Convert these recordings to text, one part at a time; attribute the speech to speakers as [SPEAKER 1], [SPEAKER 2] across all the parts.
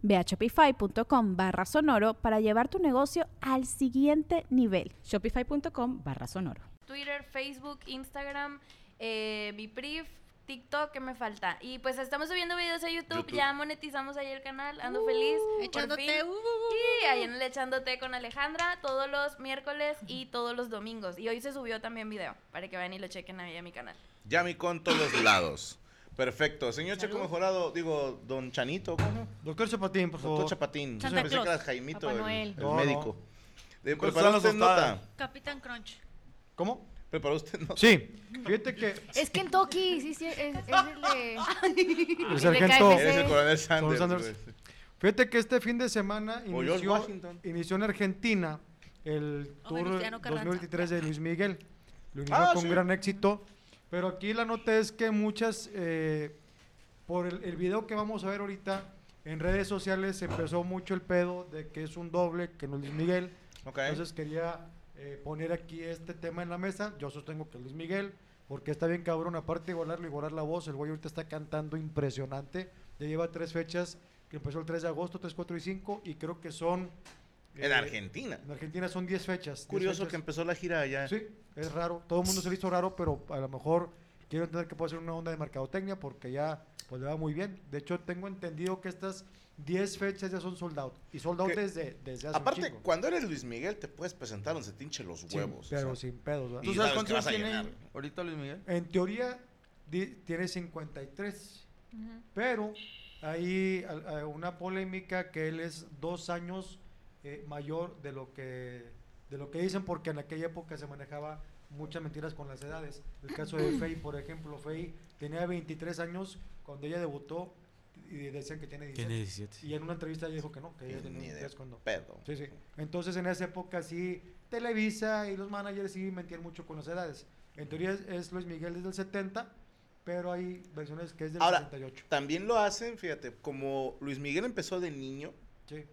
[SPEAKER 1] Ve a shopify.com barra sonoro para llevar tu negocio al siguiente nivel.
[SPEAKER 2] Shopify.com barra sonoro.
[SPEAKER 3] Twitter, Facebook, Instagram, eh, Biprif, TikTok, que me falta. Y pues estamos subiendo videos a YouTube,
[SPEAKER 4] YouTube.
[SPEAKER 3] ya monetizamos ahí el canal, ando feliz. por
[SPEAKER 5] Uh, Echándote.
[SPEAKER 3] fin.
[SPEAKER 5] uh, uh,
[SPEAKER 3] Y
[SPEAKER 5] uh,
[SPEAKER 3] ahí en el Echándote con Alejandra todos los miércoles y todos los domingos. Y hoy se subió también video, para que vayan y lo chequen ahí a mi canal.
[SPEAKER 4] Yami con todos lados. Perfecto. Señor Checo Mejorado, digo, don Chanito, ¿cómo? se llama?
[SPEAKER 6] Doctor Chapatín, por favor.
[SPEAKER 4] Doctor Chapatín.
[SPEAKER 5] Santa
[SPEAKER 4] Pensé que
[SPEAKER 5] Claus,
[SPEAKER 4] era Jaimito,
[SPEAKER 5] Papá
[SPEAKER 4] el,
[SPEAKER 5] Noel.
[SPEAKER 4] el
[SPEAKER 6] No, no.
[SPEAKER 4] médico. Eh,
[SPEAKER 6] ¿Cuál
[SPEAKER 4] ¿Preparó
[SPEAKER 6] será la
[SPEAKER 4] usted
[SPEAKER 6] tostada?
[SPEAKER 4] nota?
[SPEAKER 5] uh. Capitán Crunch.
[SPEAKER 6] ¿Cómo?
[SPEAKER 4] ¿Preparó usted nota?
[SPEAKER 6] Sí. Fíjate que
[SPEAKER 7] Es que el Toki, sí, sí, es, es el de.
[SPEAKER 6] el sargento.
[SPEAKER 7] KFC.
[SPEAKER 4] Eres el coronel
[SPEAKER 6] Coronel
[SPEAKER 4] Sanders. pues.
[SPEAKER 6] Sanders.
[SPEAKER 4] güey.
[SPEAKER 6] Fíjate que este fin de semana
[SPEAKER 4] O George
[SPEAKER 6] inició,
[SPEAKER 4] Washington.
[SPEAKER 6] inició en Argentina el
[SPEAKER 5] O
[SPEAKER 6] Tour
[SPEAKER 5] Venustiano Carranza.
[SPEAKER 6] 2023 de Luis Miguel. Lo inició
[SPEAKER 4] Ah,
[SPEAKER 6] con
[SPEAKER 4] sí.
[SPEAKER 6] gran éxito. Pero aquí la nota es que muchas, eh, por el, el video que vamos a ver ahorita, en redes sociales se empezó mucho el pedo de que es un doble, que no es Luis Miguel.
[SPEAKER 4] Ok.
[SPEAKER 6] Entonces quería eh, poner aquí este tema en la mesa. Yo sostengo que Luis Miguel, porque está bien cabrón, aparte de igualarlo, igualar la voz, el güey ahorita está cantando impresionante. Ya lleva tres fechas, que empezó el 3 de agosto, 3, 4 y 5, y creo que son...
[SPEAKER 4] En
[SPEAKER 6] eh,
[SPEAKER 4] Argentina.
[SPEAKER 6] En Argentina son 10 fechas. 10
[SPEAKER 4] Curioso que
[SPEAKER 6] fechas.
[SPEAKER 4] empezó la gira allá.
[SPEAKER 6] Sí, es raro. Todo el mundo se le hizo raro, pero a lo mejor quiero entender que puede ser una onda de mercadotecnia porque ya pues le va muy bien. De hecho, tengo entendido que estas 10 fechas ya son sold out. Y sold out
[SPEAKER 4] Que-
[SPEAKER 6] desde, desde hace un
[SPEAKER 4] Aparte,
[SPEAKER 6] chingo.
[SPEAKER 4] cuando eres Luis Miguel, te puedes presentar donde se te hinche los
[SPEAKER 6] Sí,
[SPEAKER 4] huevos. o
[SPEAKER 6] pero
[SPEAKER 4] sea.
[SPEAKER 6] sin pedos, ¿verdad?
[SPEAKER 4] Y
[SPEAKER 8] ¿Tú
[SPEAKER 4] sabes
[SPEAKER 8] sabes
[SPEAKER 4] que vas
[SPEAKER 8] cuántos
[SPEAKER 4] a
[SPEAKER 8] tiene
[SPEAKER 4] llenar.
[SPEAKER 8] ahorita Luis Miguel?
[SPEAKER 6] En teoría di- tiene 53, pero hay al- a- una polémica que él es dos años eh, mayor de lo que de lo que dicen porque en aquella época se manejaba muchas mentiras con las edades. El caso de Faye, por ejemplo, Faye tenía 23 años cuando ella debutó y decían que tiene 17.
[SPEAKER 8] Tiene 17.
[SPEAKER 6] Y en una entrevista ella dijo que no, que ella tenía
[SPEAKER 4] Ni de
[SPEAKER 6] 23 cuando
[SPEAKER 4] pedo.
[SPEAKER 6] Sí, sí. Entonces en esa época sí, Televisa y los managers sí mentían mucho con las edades. En teoría es, es Luis Miguel desde el 70, pero hay versiones que es del
[SPEAKER 4] Ahora-
[SPEAKER 6] 68.
[SPEAKER 4] También lo hacen, fíjate, como Luis Miguel empezó de niño,
[SPEAKER 6] Sí.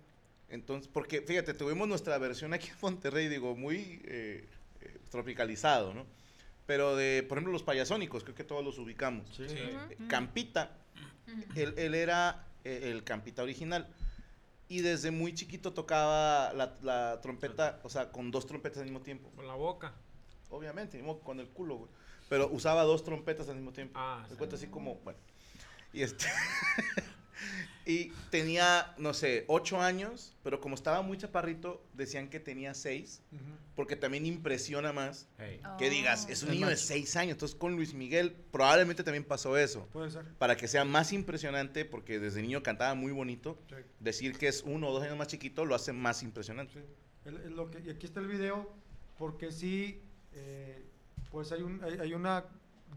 [SPEAKER 4] Entonces, porque fíjate, tuvimos nuestra versión aquí en Monterrey, digo, muy eh, eh, tropicalizado, ¿no? Pero de, por ejemplo, los payasónicos, creo que todos los ubicamos. Eh, Campita, él, él era eh, el Campita original. Y desde muy chiquito tocaba la, la trompeta, o sea, con dos trompetas al mismo tiempo.
[SPEAKER 9] Con la boca.
[SPEAKER 4] Obviamente, mismo con el culo, güey. Pero usaba dos trompetas al mismo tiempo.
[SPEAKER 9] Ah,
[SPEAKER 4] Me
[SPEAKER 9] sí.
[SPEAKER 4] cuento así como, bueno. Y este. y tenía, no sé, ocho años, pero como estaba muy chaparrito, decían que tenía seis,
[SPEAKER 6] Ujú.
[SPEAKER 4] porque también impresiona más
[SPEAKER 7] Oh.
[SPEAKER 4] que digas, es un
[SPEAKER 8] El
[SPEAKER 4] niño de
[SPEAKER 8] macho.
[SPEAKER 4] seis años. Entonces con Luis Miguel probablemente también pasó eso.
[SPEAKER 6] Puede ser.
[SPEAKER 4] Para que sea más impresionante, porque desde niño cantaba muy bonito,
[SPEAKER 6] Sí,
[SPEAKER 4] decir que es uno o dos años más chiquito lo hace más impresionante.
[SPEAKER 6] sí. El- el lo que- y aquí está el video, porque sí, eh, pues hay, un, hay, hay una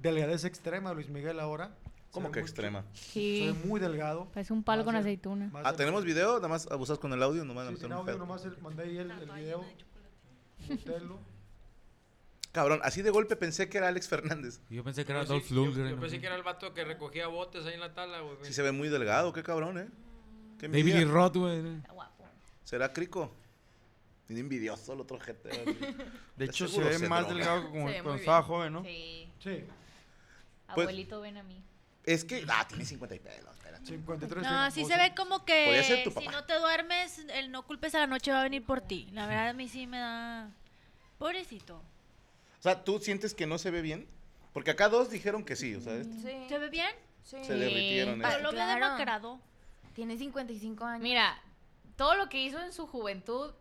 [SPEAKER 6] delgadez extrema de Luis Miguel ahora.
[SPEAKER 4] ¿Cómo
[SPEAKER 6] Se
[SPEAKER 4] que
[SPEAKER 6] ve muy
[SPEAKER 4] extrema?
[SPEAKER 6] chi- Se
[SPEAKER 7] Sí.
[SPEAKER 6] ve muy delgado.
[SPEAKER 7] Parece un palo
[SPEAKER 6] Más
[SPEAKER 7] con
[SPEAKER 6] de-
[SPEAKER 7] aceituna.
[SPEAKER 6] más
[SPEAKER 4] Ah,
[SPEAKER 6] de-
[SPEAKER 4] ¿tenemos video? Nada más abusas con el audio, nomás le
[SPEAKER 6] Sí, sin
[SPEAKER 4] metieron un
[SPEAKER 6] audio,
[SPEAKER 4] pedo.
[SPEAKER 6] nomás el- mandé ahí el, el video. Búsquenlo.
[SPEAKER 4] Cabrón, así de golpe pensé que era Alex Fernández.
[SPEAKER 8] Yo pensé que era
[SPEAKER 9] Yo sí-
[SPEAKER 8] Dolph
[SPEAKER 9] yo-
[SPEAKER 8] Lundgren.
[SPEAKER 9] Yo,
[SPEAKER 8] ¿no?
[SPEAKER 9] pensé que era el vato que recogía botes ahí en la tala, güey.
[SPEAKER 4] Sí se ve muy delgado, qué cabrón, ¿eh? Qué
[SPEAKER 8] David
[SPEAKER 4] envidia.
[SPEAKER 8] Lee Roth, güey. ¿no?
[SPEAKER 4] ¿Será crico? Un envidioso el otro gente.
[SPEAKER 8] De
[SPEAKER 4] hecho,
[SPEAKER 8] hecho, se
[SPEAKER 4] se seguro
[SPEAKER 8] ve
[SPEAKER 4] se
[SPEAKER 8] más
[SPEAKER 4] droga.
[SPEAKER 8] delgado que
[SPEAKER 3] Se ve
[SPEAKER 8] como
[SPEAKER 3] muy
[SPEAKER 8] cuando
[SPEAKER 3] bien.
[SPEAKER 8] estaba joven, ¿no?
[SPEAKER 5] Sí.
[SPEAKER 6] Sí,
[SPEAKER 4] Pues-
[SPEAKER 7] Abuelito, ven a mí.
[SPEAKER 4] es que... Ah, tiene 50 y pelos, espérate.
[SPEAKER 6] 53.
[SPEAKER 5] No,
[SPEAKER 6] tiene-
[SPEAKER 5] sí
[SPEAKER 6] o
[SPEAKER 5] se
[SPEAKER 6] sea,
[SPEAKER 5] ve como
[SPEAKER 4] Podría ser
[SPEAKER 5] que
[SPEAKER 4] tu
[SPEAKER 5] si
[SPEAKER 4] papá.
[SPEAKER 5] no te duermes, el no culpes a la noche va a venir por ti. La verdad a mí sí me da... Pobrecito.
[SPEAKER 4] O sea, ¿tú sientes que no se ve bien? Porque acá dos dijeron que sí, o sea, este-
[SPEAKER 3] Sí.
[SPEAKER 5] ¿Se ve bien?
[SPEAKER 3] Sí.
[SPEAKER 4] se derritieron. ¿eh?
[SPEAKER 5] Pero lo veo
[SPEAKER 7] claro.
[SPEAKER 5] demacrado.
[SPEAKER 7] Tiene 55 años. Mira, todo lo que hizo en su juventud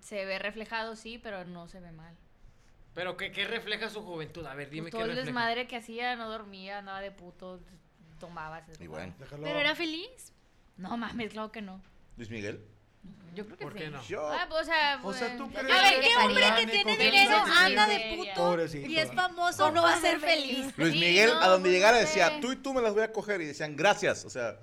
[SPEAKER 7] se ve reflejado, sí, pero no se ve mal.
[SPEAKER 9] Pero ¿qué, qué refleja su juventud? A ver, dime
[SPEAKER 7] Pues todo
[SPEAKER 9] qué
[SPEAKER 7] el
[SPEAKER 9] refleja.
[SPEAKER 7] desmadre que hacía, no dormía, andaba de puto, tomaba. se
[SPEAKER 4] Y bueno,
[SPEAKER 6] Déjalo.
[SPEAKER 5] ¿Pero era feliz?
[SPEAKER 7] No mames, claro que no.
[SPEAKER 4] Luis Miguel.
[SPEAKER 7] Yo creo que
[SPEAKER 9] ¿Por
[SPEAKER 7] sí.
[SPEAKER 9] qué no?
[SPEAKER 4] Yo.
[SPEAKER 7] Ah, pues, o sea,
[SPEAKER 6] O sea, ¿tú
[SPEAKER 7] pues,
[SPEAKER 6] crees
[SPEAKER 5] A ver, ¿qué
[SPEAKER 7] Faría.
[SPEAKER 5] hombre que
[SPEAKER 6] Ni
[SPEAKER 5] tiene
[SPEAKER 6] con
[SPEAKER 5] dinero
[SPEAKER 7] quién se
[SPEAKER 5] anda de
[SPEAKER 7] miseria.
[SPEAKER 5] puto
[SPEAKER 6] Pobrecito.
[SPEAKER 5] y es famoso no va a ser feliz?
[SPEAKER 4] Luis
[SPEAKER 7] Sí,
[SPEAKER 4] Miguel,
[SPEAKER 7] no,
[SPEAKER 4] a donde
[SPEAKER 7] pues,
[SPEAKER 4] llegara
[SPEAKER 7] no
[SPEAKER 4] decía,
[SPEAKER 7] sé.
[SPEAKER 4] tú y tú me las voy a coger. Y decían, gracias. O sea,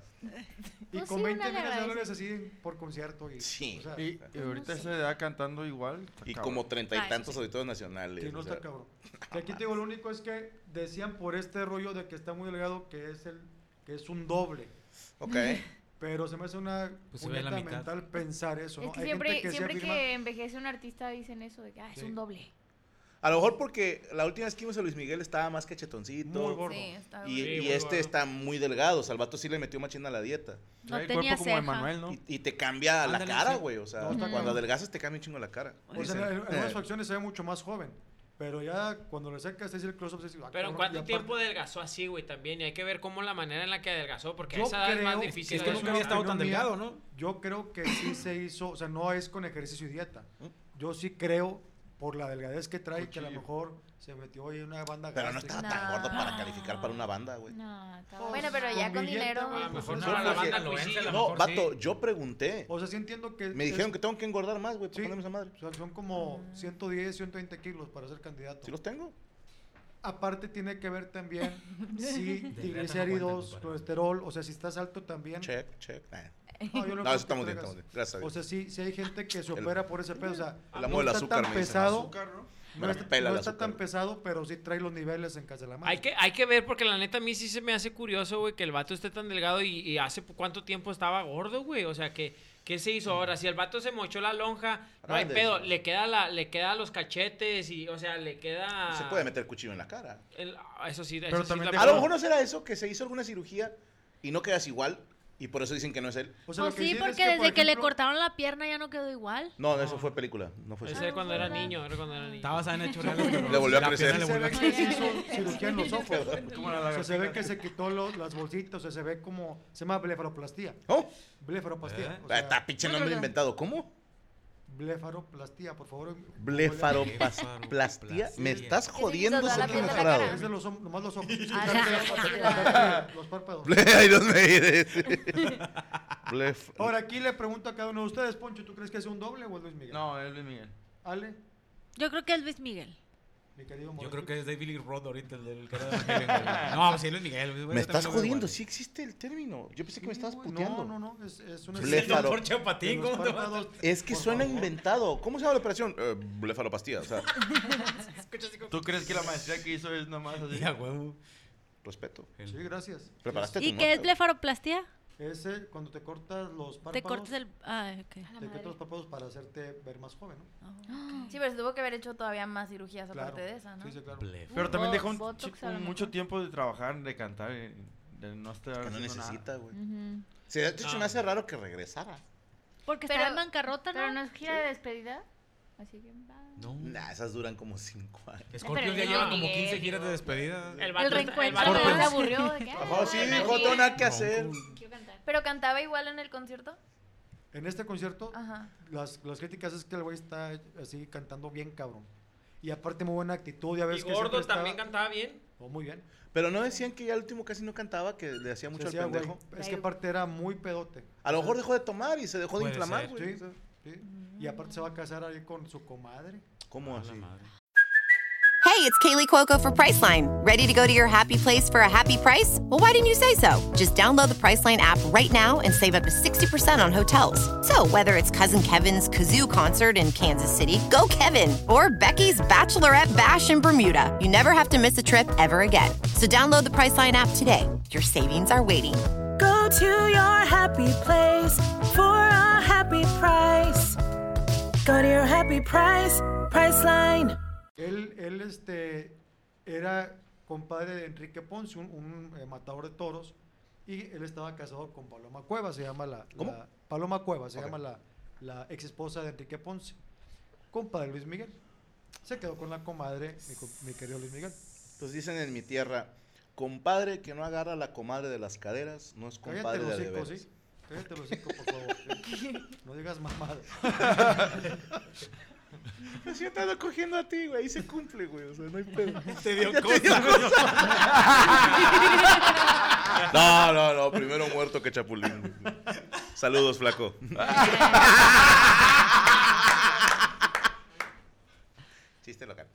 [SPEAKER 6] Y
[SPEAKER 7] Pues
[SPEAKER 6] con
[SPEAKER 7] sí,
[SPEAKER 6] 20
[SPEAKER 7] una le
[SPEAKER 6] millones de dólares
[SPEAKER 7] agradece.
[SPEAKER 6] así por concierto. Y,
[SPEAKER 4] Sí.
[SPEAKER 6] o sea,
[SPEAKER 8] Y, y ahorita esa edad cantando igual. está
[SPEAKER 4] y
[SPEAKER 8] cabrón.
[SPEAKER 4] como treinta
[SPEAKER 5] Ah,
[SPEAKER 4] y
[SPEAKER 5] eso
[SPEAKER 4] tantos auditorios nacionales.
[SPEAKER 6] Sí, no
[SPEAKER 4] o sea,
[SPEAKER 6] está cabrón. Que aquí te digo, lo único es que decían por este rollo de que está muy delgado que es el que es un doble.
[SPEAKER 4] ok.
[SPEAKER 6] Pero se me hace una
[SPEAKER 10] Pues se ve
[SPEAKER 6] puñeta
[SPEAKER 10] la mitad.
[SPEAKER 6] mental pensar eso. ¿no?
[SPEAKER 7] Es que
[SPEAKER 6] Hay
[SPEAKER 7] siempre,
[SPEAKER 6] gente que se
[SPEAKER 7] siempre
[SPEAKER 6] afirma,
[SPEAKER 7] que envejece un artista dicen eso, de que ah, es
[SPEAKER 6] Sí.
[SPEAKER 7] un doble.
[SPEAKER 4] A lo mejor porque la última vez que vimos a Luis Miguel estaba más cachetoncito.
[SPEAKER 6] Muy gordo.
[SPEAKER 3] Sí,
[SPEAKER 7] Ah,
[SPEAKER 3] está
[SPEAKER 4] Y,
[SPEAKER 3] bueno.
[SPEAKER 9] Sí,
[SPEAKER 4] y
[SPEAKER 9] muy
[SPEAKER 4] este
[SPEAKER 9] gordo.
[SPEAKER 4] está muy delgado. O sea, el vato sí le metió machina a la dieta.
[SPEAKER 5] No
[SPEAKER 8] Trae el
[SPEAKER 5] tenía
[SPEAKER 8] cuerpo como de
[SPEAKER 5] ceja.
[SPEAKER 8] Manuel, ¿no?
[SPEAKER 4] Y, y te cambia la
[SPEAKER 10] Ándale,
[SPEAKER 4] cara,
[SPEAKER 10] sí.
[SPEAKER 4] güey. O sea,
[SPEAKER 6] No, está
[SPEAKER 4] cuando
[SPEAKER 6] cabrón.
[SPEAKER 4] adelgazas te cambia un chingo la cara.
[SPEAKER 6] O sea,
[SPEAKER 4] Dicen,
[SPEAKER 6] en, en algunas
[SPEAKER 4] eh,
[SPEAKER 6] facciones se ve mucho más joven. Pero ya cuando le sacas es el close-up. dices, ah, cabrón,
[SPEAKER 9] Pero en
[SPEAKER 6] y
[SPEAKER 9] cuánto
[SPEAKER 6] aparte-
[SPEAKER 9] tiempo adelgazó así, güey, también. Y hay que ver cómo la manera en la que adelgazó, porque a
[SPEAKER 6] Yo
[SPEAKER 9] esa edad es más
[SPEAKER 6] creo-
[SPEAKER 10] Sí,
[SPEAKER 9] difícil.
[SPEAKER 10] es que
[SPEAKER 6] Yo
[SPEAKER 10] nunca
[SPEAKER 6] creo
[SPEAKER 10] había
[SPEAKER 6] que
[SPEAKER 10] estado
[SPEAKER 6] no
[SPEAKER 10] tan
[SPEAKER 6] mía.
[SPEAKER 10] delgado, ¿no?
[SPEAKER 6] Yo creo que sí se hizo, o sea, no es con ejercicio y dieta. Yo sí creo, por la delgadez que trae, que a lo
[SPEAKER 8] Cuchillo.
[SPEAKER 6] mejor se metió ahí en una banda
[SPEAKER 4] Pero no
[SPEAKER 6] gástrica.
[SPEAKER 4] estaba tan
[SPEAKER 7] No.
[SPEAKER 4] gordo para calificar para una banda, güey.
[SPEAKER 7] No, está
[SPEAKER 6] Pues,
[SPEAKER 3] Bueno, pero ya con
[SPEAKER 6] billete,
[SPEAKER 3] dinero,
[SPEAKER 6] güey,
[SPEAKER 9] Ah,
[SPEAKER 6] pues,
[SPEAKER 9] mejor
[SPEAKER 6] eso
[SPEAKER 9] no,
[SPEAKER 6] es
[SPEAKER 9] la
[SPEAKER 6] lo que-
[SPEAKER 9] banda
[SPEAKER 10] Luense, la
[SPEAKER 9] Cuisillo.
[SPEAKER 10] mejor
[SPEAKER 4] No, vato,
[SPEAKER 10] sí.
[SPEAKER 4] yo pregunté.
[SPEAKER 6] O sea, sí entiendo que...
[SPEAKER 4] Me
[SPEAKER 6] es-
[SPEAKER 4] dijeron que tengo que engordar más, güey,
[SPEAKER 6] Sí.
[SPEAKER 4] para ponerme esa madre.
[SPEAKER 6] o sea, son como 110, 120 kilos para ser candidato.
[SPEAKER 4] ¿Sí los tengo?
[SPEAKER 6] Aparte tiene que ver también si
[SPEAKER 10] no
[SPEAKER 6] triglicéridos,
[SPEAKER 10] aguantan, compadre.
[SPEAKER 6] colesterol, o sea, si estás alto también.
[SPEAKER 4] Check, check. Nah.
[SPEAKER 6] No, yo
[SPEAKER 4] No,
[SPEAKER 6] no creo
[SPEAKER 4] eso
[SPEAKER 6] que
[SPEAKER 4] estamos bien,
[SPEAKER 6] traigas.
[SPEAKER 4] estamos bien. Gracias a
[SPEAKER 6] O
[SPEAKER 4] Dios.
[SPEAKER 6] sea, sí, sí hay gente que se
[SPEAKER 4] El-
[SPEAKER 6] opera por ese pedo, o sea,
[SPEAKER 4] el amo del
[SPEAKER 6] no está
[SPEAKER 4] azúcar,
[SPEAKER 6] tan
[SPEAKER 4] me dicen,
[SPEAKER 6] pesado,
[SPEAKER 8] Azúcar, ¿no?
[SPEAKER 4] Me
[SPEAKER 6] no
[SPEAKER 4] la
[SPEAKER 6] está,
[SPEAKER 4] pela
[SPEAKER 6] no
[SPEAKER 4] el
[SPEAKER 6] está
[SPEAKER 4] azúcar,
[SPEAKER 6] tan
[SPEAKER 4] güey.
[SPEAKER 6] pesado, pero sí trae los niveles en casa de la madre.
[SPEAKER 9] Hay que, hay que ver, porque la neta a mí sí se me hace curioso, güey, que el vato esté tan delgado y, y hace pu- cuánto tiempo estaba gordo, güey. O sea, que, ¿qué se hizo ahora? Si el vato se mochó la lonja, no hay
[SPEAKER 4] Grande.
[SPEAKER 9] pedo. Le queda, la, le queda los cachetes y, o sea, le queda...
[SPEAKER 4] Se puede meter cuchillo en la cara.
[SPEAKER 9] el- ah, eso sí,
[SPEAKER 10] Pero
[SPEAKER 9] eso sí
[SPEAKER 10] también
[SPEAKER 9] la-
[SPEAKER 10] te- pues,
[SPEAKER 4] A lo mejor no será eso, que se hizo alguna cirugía y no quedas igual y por eso dicen que no es él.
[SPEAKER 6] O sea, lo
[SPEAKER 5] Pues
[SPEAKER 6] que
[SPEAKER 5] sí,
[SPEAKER 6] dicen es
[SPEAKER 5] porque desde
[SPEAKER 6] por
[SPEAKER 5] que le
[SPEAKER 6] ejemplo,
[SPEAKER 5] cortaron la pierna ya no quedó igual.
[SPEAKER 4] No, no, eso fue película, no fue
[SPEAKER 10] Ah,
[SPEAKER 9] pues, Ese era
[SPEAKER 4] eso.
[SPEAKER 9] cuando era niño, era cuando era niño.
[SPEAKER 10] Estaba sana de churrear, pero
[SPEAKER 4] Le volvió a
[SPEAKER 10] la
[SPEAKER 4] crecer.
[SPEAKER 6] sí
[SPEAKER 10] pierna le
[SPEAKER 6] Se
[SPEAKER 10] volvió
[SPEAKER 6] ve
[SPEAKER 10] a
[SPEAKER 6] que
[SPEAKER 10] crecer.
[SPEAKER 6] se hizo cirugía en los ojos.
[SPEAKER 8] Como la
[SPEAKER 6] O sea, se ve
[SPEAKER 8] lagartija.
[SPEAKER 6] que se quitó lo- las bolsitas, o sea, se ve como, se llama blefaroplastía.
[SPEAKER 4] ¿Oh?
[SPEAKER 6] Blefaroplastía.
[SPEAKER 10] ¿Eh?
[SPEAKER 6] o sea,
[SPEAKER 4] Está pinche nombre inventado. ¿Cómo?
[SPEAKER 6] blefaroplastía, por favor.
[SPEAKER 4] Blefaroplastia. Me estás jodiendo
[SPEAKER 3] toda
[SPEAKER 4] ese
[SPEAKER 3] la
[SPEAKER 4] nombre
[SPEAKER 3] piel de la
[SPEAKER 4] mejorado.
[SPEAKER 3] cara.
[SPEAKER 6] Es de los, hom- nomás los ojos.
[SPEAKER 7] Ah,
[SPEAKER 6] Los- Los párpados.
[SPEAKER 4] Ay, Dios mío. Blef.
[SPEAKER 6] Ahora aquí le pregunto a cada uno de ustedes, Poncho, ¿tú crees que es un doble o es Luis Miguel?
[SPEAKER 8] No, es Luis Miguel.
[SPEAKER 6] Ale,
[SPEAKER 5] Yo creo que es Luis Miguel.
[SPEAKER 6] mi querido
[SPEAKER 10] Yo
[SPEAKER 6] Moreno.
[SPEAKER 10] creo que es David Lee Roth ahorita, el del cara de Evangelion, güey. No, pues, sí, Luis Miguel. güey,
[SPEAKER 4] Me
[SPEAKER 10] yo
[SPEAKER 4] estás
[SPEAKER 10] también lo veo
[SPEAKER 4] jodiendo,
[SPEAKER 10] igual.
[SPEAKER 4] sí existe el término. Yo pensé que me
[SPEAKER 6] Sí,
[SPEAKER 4] estabas
[SPEAKER 6] güey,
[SPEAKER 4] puteando.
[SPEAKER 6] No, no, no, es, es una
[SPEAKER 10] Sí, el
[SPEAKER 4] Blefaro-
[SPEAKER 10] doctor
[SPEAKER 6] de
[SPEAKER 10] Chapatín,
[SPEAKER 6] los
[SPEAKER 10] ¿cómo te vas a-
[SPEAKER 6] párpados.
[SPEAKER 4] Es que
[SPEAKER 6] Por
[SPEAKER 4] suena
[SPEAKER 6] favor.
[SPEAKER 4] inventado. ¿Cómo se llama la operación? Eh, blefaropastía. O sea,
[SPEAKER 8] ¿Tú crees que la maestría que hizo es nomás así?
[SPEAKER 10] Ya, huevo.
[SPEAKER 4] respeto.
[SPEAKER 6] Sí, gracias.
[SPEAKER 4] Preparaste
[SPEAKER 5] ¿Y
[SPEAKER 4] tu
[SPEAKER 5] qué es
[SPEAKER 4] nota.
[SPEAKER 5] blefaroplastia?
[SPEAKER 6] Ese, cuando te cortas los párpados,
[SPEAKER 5] Te cortas el... Ah, ok.
[SPEAKER 6] te cortas los párpados para hacerte ver más joven, ¿no?
[SPEAKER 3] Sí, pero se tuvo que haber hecho todavía más cirugías aparte de esa, ¿no?
[SPEAKER 6] Sí, sí, claro.
[SPEAKER 10] Blef.
[SPEAKER 8] Pero también
[SPEAKER 3] Bo-
[SPEAKER 8] dejó un
[SPEAKER 3] Botox
[SPEAKER 8] chi-
[SPEAKER 3] a lo
[SPEAKER 8] un- mucho tiempo de trabajar, de cantar, eh, de no estar
[SPEAKER 4] Que no
[SPEAKER 8] haciendo nada.
[SPEAKER 4] necesita, güey. Se, de hecho, se me hace raro que regresara.
[SPEAKER 5] Porque
[SPEAKER 7] Pero-
[SPEAKER 5] estaba en bancarrota,
[SPEAKER 7] Pero no
[SPEAKER 5] ¿no?
[SPEAKER 7] es gira de despedida. Así que va.
[SPEAKER 10] No.
[SPEAKER 4] Nah, esas duran como 5 años.
[SPEAKER 10] Scorpion ya
[SPEAKER 7] Pero
[SPEAKER 10] lleva
[SPEAKER 7] no,
[SPEAKER 10] como
[SPEAKER 7] Miguel,
[SPEAKER 10] 15 giras de despedida.
[SPEAKER 9] El vato
[SPEAKER 7] El
[SPEAKER 9] está- el
[SPEAKER 7] reencuentro
[SPEAKER 9] vato-
[SPEAKER 7] ¿verdad? se aburrió. de que,
[SPEAKER 4] Por
[SPEAKER 7] "Ah,
[SPEAKER 4] favor, sí,
[SPEAKER 7] no,
[SPEAKER 4] dijo,
[SPEAKER 7] sí,
[SPEAKER 4] tengo nada que hacer.
[SPEAKER 7] quiero cantar".
[SPEAKER 3] Pero cantaba igual en el concierto.
[SPEAKER 6] En este concierto,
[SPEAKER 3] Ajá.
[SPEAKER 6] las, las críticas es que el güey está así cantando bien cabrón. Y aparte muy buena actitud, ya ves
[SPEAKER 9] Y
[SPEAKER 6] que siempre
[SPEAKER 9] gordo también
[SPEAKER 6] estaba-
[SPEAKER 9] cantaba bien.
[SPEAKER 6] Oh, muy bien.
[SPEAKER 4] Pero no decían que ya el último casi no cantaba, que le hacía mucho
[SPEAKER 6] Se
[SPEAKER 4] al
[SPEAKER 6] hacía, güey,
[SPEAKER 4] pendejo.
[SPEAKER 6] es que aparte era muy pedote.
[SPEAKER 4] A lo mejor dejó de tomar y se dejó de
[SPEAKER 10] Puede
[SPEAKER 4] inflamar,
[SPEAKER 10] ser.
[SPEAKER 4] güey.
[SPEAKER 6] Sí, sí. Y aparte se va a casar ahí con su comadre.
[SPEAKER 4] ¿Cómo así?
[SPEAKER 11] Hey, it's Kaylee Cuoco for Priceline. Ready to go to your happy place for a happy price? Well, why didn't you say so? Just download the Priceline app right now and save up to 60% on hotels. So, whether it's Cousin Kevin's Kazoo concert in Kansas City, go Kevin, or Becky's Bachelorette Bash in Bermuda, you never have to miss a trip ever again. So, download the Priceline app today. Your savings are waiting.
[SPEAKER 12] Go to your happy place for a happy price. Go to your happy price, Priceline.
[SPEAKER 6] Él, él este, era compadre de Enrique Ponce, un, un, eh, matador de toros, y él estaba casado con Paloma Cueva, se llama la...
[SPEAKER 4] ¿Cómo?
[SPEAKER 6] la- Paloma Cueva, se
[SPEAKER 4] Ok.
[SPEAKER 6] llama la, la ex esposa de Enrique Ponce, compadre Luis Miguel. Se quedó con la comadre, mi, co- mi querido Luis Miguel.
[SPEAKER 4] Entonces dicen en mi tierra, compadre que no agarra a la comadre de las caderas, no es
[SPEAKER 6] Cállate
[SPEAKER 4] compadre
[SPEAKER 6] los
[SPEAKER 4] de
[SPEAKER 6] cinco,
[SPEAKER 4] deberes.
[SPEAKER 6] ¿sí? Cállate los cinco, por favor. No digas mamada.
[SPEAKER 4] Pues yo te ando cogiendo a ti, güey. Ahí se cumple, güey. O sea, no hay pedo.
[SPEAKER 10] Te dio
[SPEAKER 4] Ya
[SPEAKER 10] cosa, güey.
[SPEAKER 4] cosa. No, no, no. Primero muerto que chapulín. Saludos, flaco. Chiste local.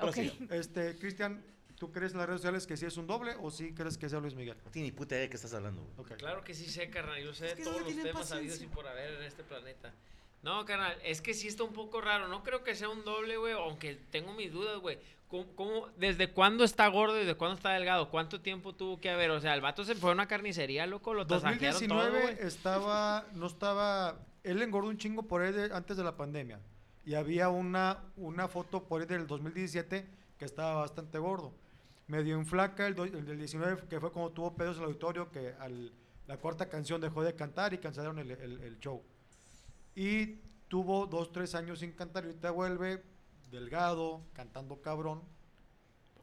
[SPEAKER 4] Ahora sí.
[SPEAKER 6] Este, Cristian, ¿tú crees en las redes sociales que sí es un doble o sí crees que sea Luis Miguel? No
[SPEAKER 4] tiene ni puta idea de qué estás hablando.
[SPEAKER 9] Claro que sí sé, carnal. Yo sé de
[SPEAKER 6] que
[SPEAKER 9] todos
[SPEAKER 6] no
[SPEAKER 9] los
[SPEAKER 6] tienen
[SPEAKER 9] temas habidos y
[SPEAKER 6] paciencia.
[SPEAKER 9] por haber en este planeta. No, carnal, es que sí está un poco raro. No creo que sea un doble, güey, aunque tengo mis dudas, güey. ¿Cómo, cómo- desde cuándo está gordo y de cuándo está delgado? ¿Cuánto tiempo tuvo que haber? O sea, el vato se fue a una carnicería, loco, lo tasajearon todo,
[SPEAKER 6] 2019
[SPEAKER 9] güey.
[SPEAKER 6] estaba, no estaba, él engordó un chingo por ahí de- antes de la pandemia y había una, una foto por ahí del 2017 que estaba bastante gordo. Medio en flaca el, do- el del 19 que fue cuando tuvo pedos en el auditorio que al, la cuarta canción dejó de cantar y cancelaron el, el- el show. Y tuvo dos, tres años sin cantar y ahorita vuelve delgado, cantando cabrón.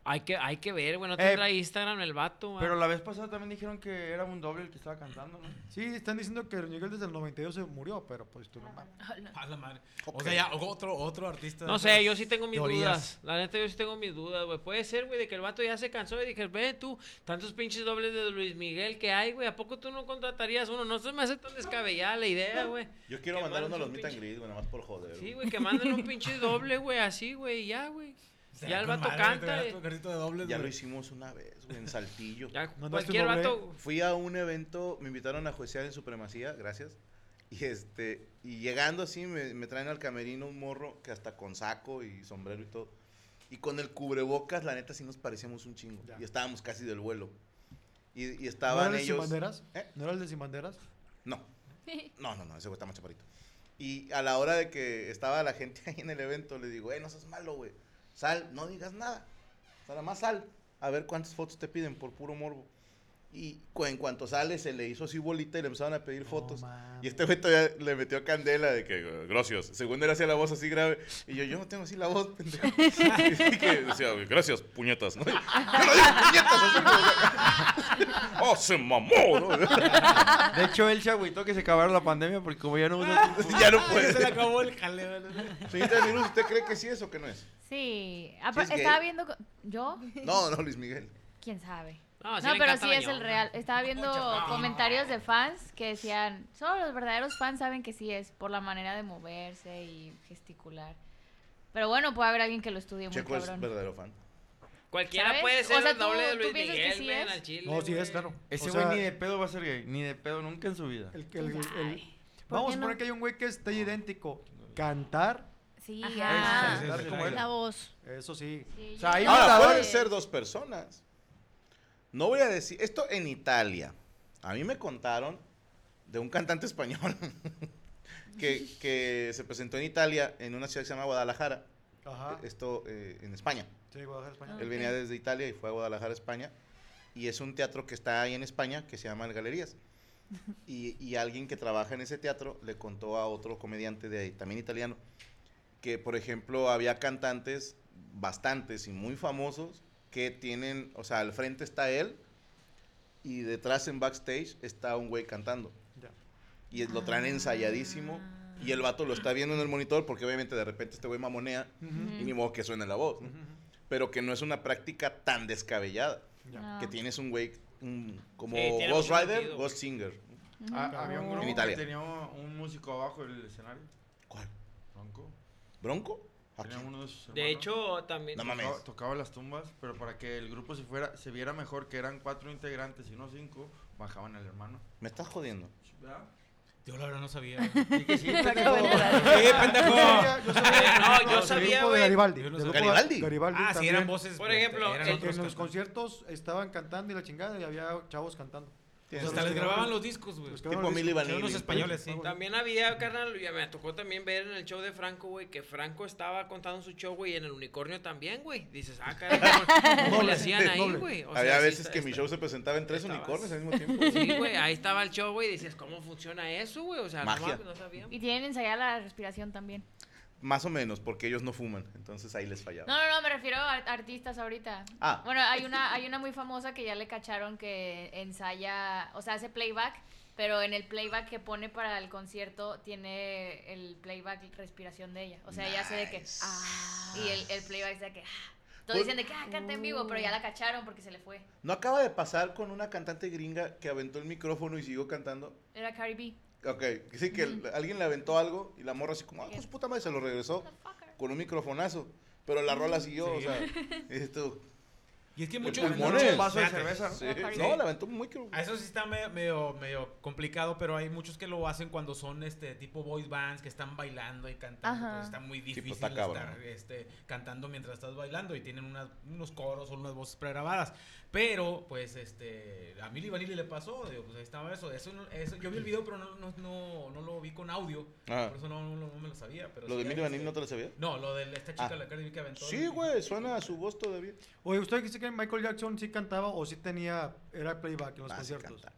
[SPEAKER 9] Hay que, hay que ver, güey, no
[SPEAKER 6] Eh,
[SPEAKER 9] tendrá Instagram el vato, güey.
[SPEAKER 6] pero
[SPEAKER 8] la vez pasada también dijeron que era un doble el que estaba cantando, ¿no?
[SPEAKER 6] Sí, están diciendo que Miguel desde el 92 se murió, pero pues tú no mames.
[SPEAKER 10] A la madre. O sea, ya otro, otro artista. de
[SPEAKER 9] No
[SPEAKER 10] esas
[SPEAKER 9] sé, yo sí tengo mis
[SPEAKER 10] teorías.
[SPEAKER 9] dudas. La neta, yo sí tengo mis dudas, güey. Puede ser, güey, de que el vato ya se cansó y dije, ve tú, tantos pinches dobles de Luis Miguel que hay, güey. ¿A poco tú no contratarías uno? No se me hace tan descabellada la idea, güey.
[SPEAKER 4] Yo quiero
[SPEAKER 9] Que
[SPEAKER 4] mandar uno a
[SPEAKER 9] manden
[SPEAKER 4] los
[SPEAKER 9] un
[SPEAKER 4] meet and
[SPEAKER 9] pinche-
[SPEAKER 4] greet, güey, nada más por joder.
[SPEAKER 9] Sí, güey, que manden un pinche doble, güey, así, güey, y ya, güey.
[SPEAKER 4] Estaría
[SPEAKER 9] Ya el
[SPEAKER 4] con
[SPEAKER 9] vato
[SPEAKER 4] madre,
[SPEAKER 9] canta.
[SPEAKER 4] güey,
[SPEAKER 9] eh.
[SPEAKER 4] tu carrito Ya lo hicimos una vez, güey, en Saltillo.
[SPEAKER 9] Ya, Mandaste cualquier un doble. vato-
[SPEAKER 4] Fui a un evento, me invitaron a juecear en Supremacía, gracias. Y este, y llegando así, me, me traen al camerino un morro que hasta con saco y sombrero y todo. Y con el cubrebocas, la neta, sí nos parecíamos un chingo. Y estábamos casi del vuelo. Y, y estaban
[SPEAKER 6] ¿No era el de Sin
[SPEAKER 4] ellos. ¿Eh?
[SPEAKER 6] banderas? ¿No era el de Sin banderas?
[SPEAKER 4] No. No, no, no, ese güey está más chaparrito. Y a la hora de que estaba la gente ahí en el evento, le digo, eh, no seas malo, güey. Sal, no digas nada. Nada más sal. A ver cuántas fotos te piden por puro morbo. Y cu- en cuanto sale, se le hizo así bolita y le empezaron a pedir fotos. Y este güey todavía le metió candela de que, "Eh, gracias. Según él hacía la voz así grave. Y yo, yo no tengo así la voz, pendejo. y que decía, gracias, puñetas. ¿no? ¡Oh, se mamó! ¿no?
[SPEAKER 8] De hecho, él se agüitó que se acabaron la pandemia porque como ya no usa...
[SPEAKER 4] ya no puede.
[SPEAKER 8] Se le acabó el jaleo.
[SPEAKER 4] Señorita Nirus, ¿usted cree que sí es o que no es?
[SPEAKER 7] Sí. Ah,
[SPEAKER 4] Sí
[SPEAKER 7] pero
[SPEAKER 4] es
[SPEAKER 7] estaba
[SPEAKER 4] gay.
[SPEAKER 7] viendo. co- ¿Yo.
[SPEAKER 4] No, no, Luis Miguel.
[SPEAKER 7] ¿Quién sabe?
[SPEAKER 9] No,
[SPEAKER 7] No,
[SPEAKER 9] sí le
[SPEAKER 7] pero
[SPEAKER 9] encanta
[SPEAKER 7] sí
[SPEAKER 9] la
[SPEAKER 7] es el
[SPEAKER 9] ñonga.
[SPEAKER 7] real. Estaba viendo
[SPEAKER 9] chaval.
[SPEAKER 7] comentarios de fans que decían, solo los verdaderos fans saben que sí es, por la manera de moverse y gesticular. Pero bueno, puede haber alguien que lo estudie muy
[SPEAKER 4] Checo es
[SPEAKER 7] cabrón.
[SPEAKER 4] verdadero fan.
[SPEAKER 9] Cualquiera
[SPEAKER 7] ¿Sabes?
[SPEAKER 9] puede ser
[SPEAKER 7] O sea,
[SPEAKER 9] el doble
[SPEAKER 7] tú-
[SPEAKER 9] de
[SPEAKER 7] tú
[SPEAKER 9] Luis
[SPEAKER 7] piensas que
[SPEAKER 9] Miguel,
[SPEAKER 7] sí
[SPEAKER 9] men,
[SPEAKER 7] es.
[SPEAKER 9] al chile.
[SPEAKER 6] No, sí es, claro.
[SPEAKER 8] Ese
[SPEAKER 6] O
[SPEAKER 8] güey
[SPEAKER 6] sea-
[SPEAKER 8] ni de pedo va a ser gay. Ni de pedo nunca en su vida.
[SPEAKER 6] El, el- el-
[SPEAKER 8] ¿Por
[SPEAKER 6] Vamos
[SPEAKER 8] qué
[SPEAKER 6] a
[SPEAKER 8] no?
[SPEAKER 6] poner que hay un güey que esté idéntico. Cantar.
[SPEAKER 7] Sí,
[SPEAKER 5] Ajá.
[SPEAKER 6] Cantar
[SPEAKER 8] sí, sí,
[SPEAKER 6] como
[SPEAKER 8] sí.
[SPEAKER 6] él.
[SPEAKER 5] La voz.
[SPEAKER 6] Eso sí.
[SPEAKER 7] Sí,
[SPEAKER 8] O sea, hay
[SPEAKER 4] Ahora,
[SPEAKER 8] matadores-
[SPEAKER 4] pueden ser dos personas. No voy a decir. Esto en Italia. A mí me contaron de un cantante español que, que se presentó en Italia, en una ciudad que se llama Guadalajara.
[SPEAKER 6] Ajá.
[SPEAKER 4] Esto eh, en España.
[SPEAKER 6] Sí, Guadalajara, España.
[SPEAKER 4] Él venía desde Italia y fue a Guadalajara, España. Y es un teatro que está ahí en España que se llama El Galerías. Y, y alguien que trabaja en ese teatro le contó a otro comediante de ahí, también italiano, que por ejemplo había cantantes bastantes y muy famosos que tienen, o sea, al frente está él y detrás en backstage está un güey cantando.
[SPEAKER 6] Ya.
[SPEAKER 4] Y lo traen ensayadísimo y el vato lo está viendo en el monitor porque obviamente de repente este güey mamonea
[SPEAKER 6] Ujú.
[SPEAKER 4] y ni modo que suene la voz, ¿no? pero que no es una práctica tan descabellada.
[SPEAKER 6] Ya.
[SPEAKER 4] Que tienes un güey un- como
[SPEAKER 8] Sí, tiene
[SPEAKER 4] Ghost
[SPEAKER 8] mucho
[SPEAKER 4] Rider,
[SPEAKER 8] sentido,
[SPEAKER 4] Ghost Singer.
[SPEAKER 8] Ah, Había un grupo
[SPEAKER 4] en
[SPEAKER 8] que
[SPEAKER 4] Italia.
[SPEAKER 8] tenía un músico abajo del escenario.
[SPEAKER 4] ¿Cuál?
[SPEAKER 8] Bronco.
[SPEAKER 4] ¿Bronco? ¿A
[SPEAKER 8] Tenía
[SPEAKER 4] quién?
[SPEAKER 8] uno de sus hermanos.
[SPEAKER 9] De hecho, también.
[SPEAKER 4] No Ah, mames.
[SPEAKER 8] Tocaba, tocaba las tumbas, pero para que el grupo se fuera, se viera mejor, que eran cuatro integrantes y no cinco, bajaban al hermano.
[SPEAKER 4] Me estás jodiendo.
[SPEAKER 8] ¿Verdad?
[SPEAKER 10] Yo la verdad no
[SPEAKER 8] Y
[SPEAKER 10] sabía.
[SPEAKER 8] que sí, pendejo.
[SPEAKER 10] Sí, pendejo.
[SPEAKER 6] Yo sabía-
[SPEAKER 9] No, yo sabía,
[SPEAKER 6] grupo de
[SPEAKER 9] güey.
[SPEAKER 6] Garibaldi.
[SPEAKER 10] Yo no
[SPEAKER 6] del
[SPEAKER 10] sabía.
[SPEAKER 6] grupo de
[SPEAKER 10] ¿Garibaldi? Ah, sí,
[SPEAKER 6] también.
[SPEAKER 10] eran voces, Por este, ejemplo, eran el-
[SPEAKER 6] en los
[SPEAKER 10] otros cantantes.
[SPEAKER 6] conciertos estaban cantando y la chingada y había chavos cantando.
[SPEAKER 10] Tienes Hasta les grababan los discos, güey.
[SPEAKER 6] Los que grababan
[SPEAKER 10] Tipo
[SPEAKER 6] los
[SPEAKER 10] Milli
[SPEAKER 6] discos. Ah,
[SPEAKER 10] Vanilli. Son los españoles, sí.
[SPEAKER 9] También había, carnal, ya me tocó también ver en el show de Franco, güey, que Franco estaba contando su show, güey, y en el unicornio también, güey. Dices, ah, carnal, ¿cómo- ¿cómo le hacían ahí, güey? O sea,
[SPEAKER 4] Había
[SPEAKER 9] sí
[SPEAKER 4] veces
[SPEAKER 9] está-
[SPEAKER 4] que mi show se presentaba en tres unicornios al mismo tiempo.
[SPEAKER 9] Sí, güey, ahí estaba el show, güey, y dices, ¿cómo funciona eso, güey? O sea, no
[SPEAKER 4] Magia.
[SPEAKER 9] mames, no, sabíamos.
[SPEAKER 7] Y tienen ensayada la respiración también.
[SPEAKER 4] Más o menos, porque ellos no fuman, entonces ahí les fallaba.
[SPEAKER 7] No, no, no, me refiero a art- artistas ahorita.
[SPEAKER 4] Ah.
[SPEAKER 7] Bueno, hay una, hay una muy famosa que ya le cacharon que ensaya, o sea, hace playback, pero en el playback que pone para el concierto tiene el playback respiración de ella. O sea, ella hace de que... "Ah", y el, el playback es de que... "Ah". Todos
[SPEAKER 4] Pues-
[SPEAKER 7] dicen de que ah, canta en vivo, pero ya la cacharon porque se le fue.
[SPEAKER 4] ¿No acaba de pasar con una cantante gringa que aventó el micrófono y siguió cantando?
[SPEAKER 7] Era Cardi B.
[SPEAKER 4] Ok, sí que el- alguien le aventó algo y la morra así como, ah, pues puta madre, se lo regresó con un microfonazo. Pero la rola siguió, o sea, esto.
[SPEAKER 10] Y es que
[SPEAKER 4] mucho
[SPEAKER 10] mucho
[SPEAKER 4] pulmones.
[SPEAKER 10] mucho Ah, vaso de
[SPEAKER 4] Espérate.
[SPEAKER 10] cerveza, ¿no?
[SPEAKER 4] Sí.
[SPEAKER 10] Sí.
[SPEAKER 4] No, la aventó un micro.
[SPEAKER 10] A eso sí está me- medio, medio complicado, pero hay muchos que lo hacen cuando son este tipo voice bands que están bailando y cantando.
[SPEAKER 7] Ajá.
[SPEAKER 10] pues está muy
[SPEAKER 4] pues,
[SPEAKER 10] difícil
[SPEAKER 4] está cabrón,
[SPEAKER 10] estar este, cantando mientras estás bailando y tienen unas- unos coros o unas voces pregrabadas. Pero, pues, este, a Milly Vanilli le pasó, digo, pues ahí estaba eso. eso, no- eso- yo vi el video, pero no, no, no, no lo vi con audio.
[SPEAKER 4] Ah.
[SPEAKER 10] Por eso no, no, no me lo sabía. Pero
[SPEAKER 4] ¿Lo
[SPEAKER 10] sí,
[SPEAKER 4] de Milly
[SPEAKER 10] este-
[SPEAKER 4] Vanilli no te lo sabía?
[SPEAKER 10] No, lo de esta chica,
[SPEAKER 4] Ah.
[SPEAKER 10] la Cardi B que aventó.
[SPEAKER 4] Sí, güey, suena a su voz todavía.
[SPEAKER 6] Oye, ¿usted dice que Michael Jackson sí cantaba o sí tenía, era playback en los conciertos?
[SPEAKER 10] Ah,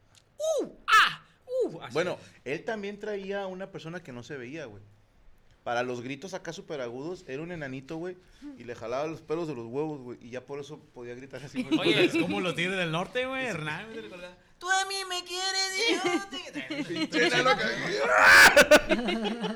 [SPEAKER 4] Así Bueno, él también traía a una persona que no se veía, güey. Para los gritos acá súper agudos, era un enanito, güey, y le jalaba los pelos de los huevos, güey, y ya por eso podía gritar así. Pues, güey.
[SPEAKER 10] Oye, es como los tigres del norte, güey, Hernán.
[SPEAKER 12] Tú a mí me quieres, yo te...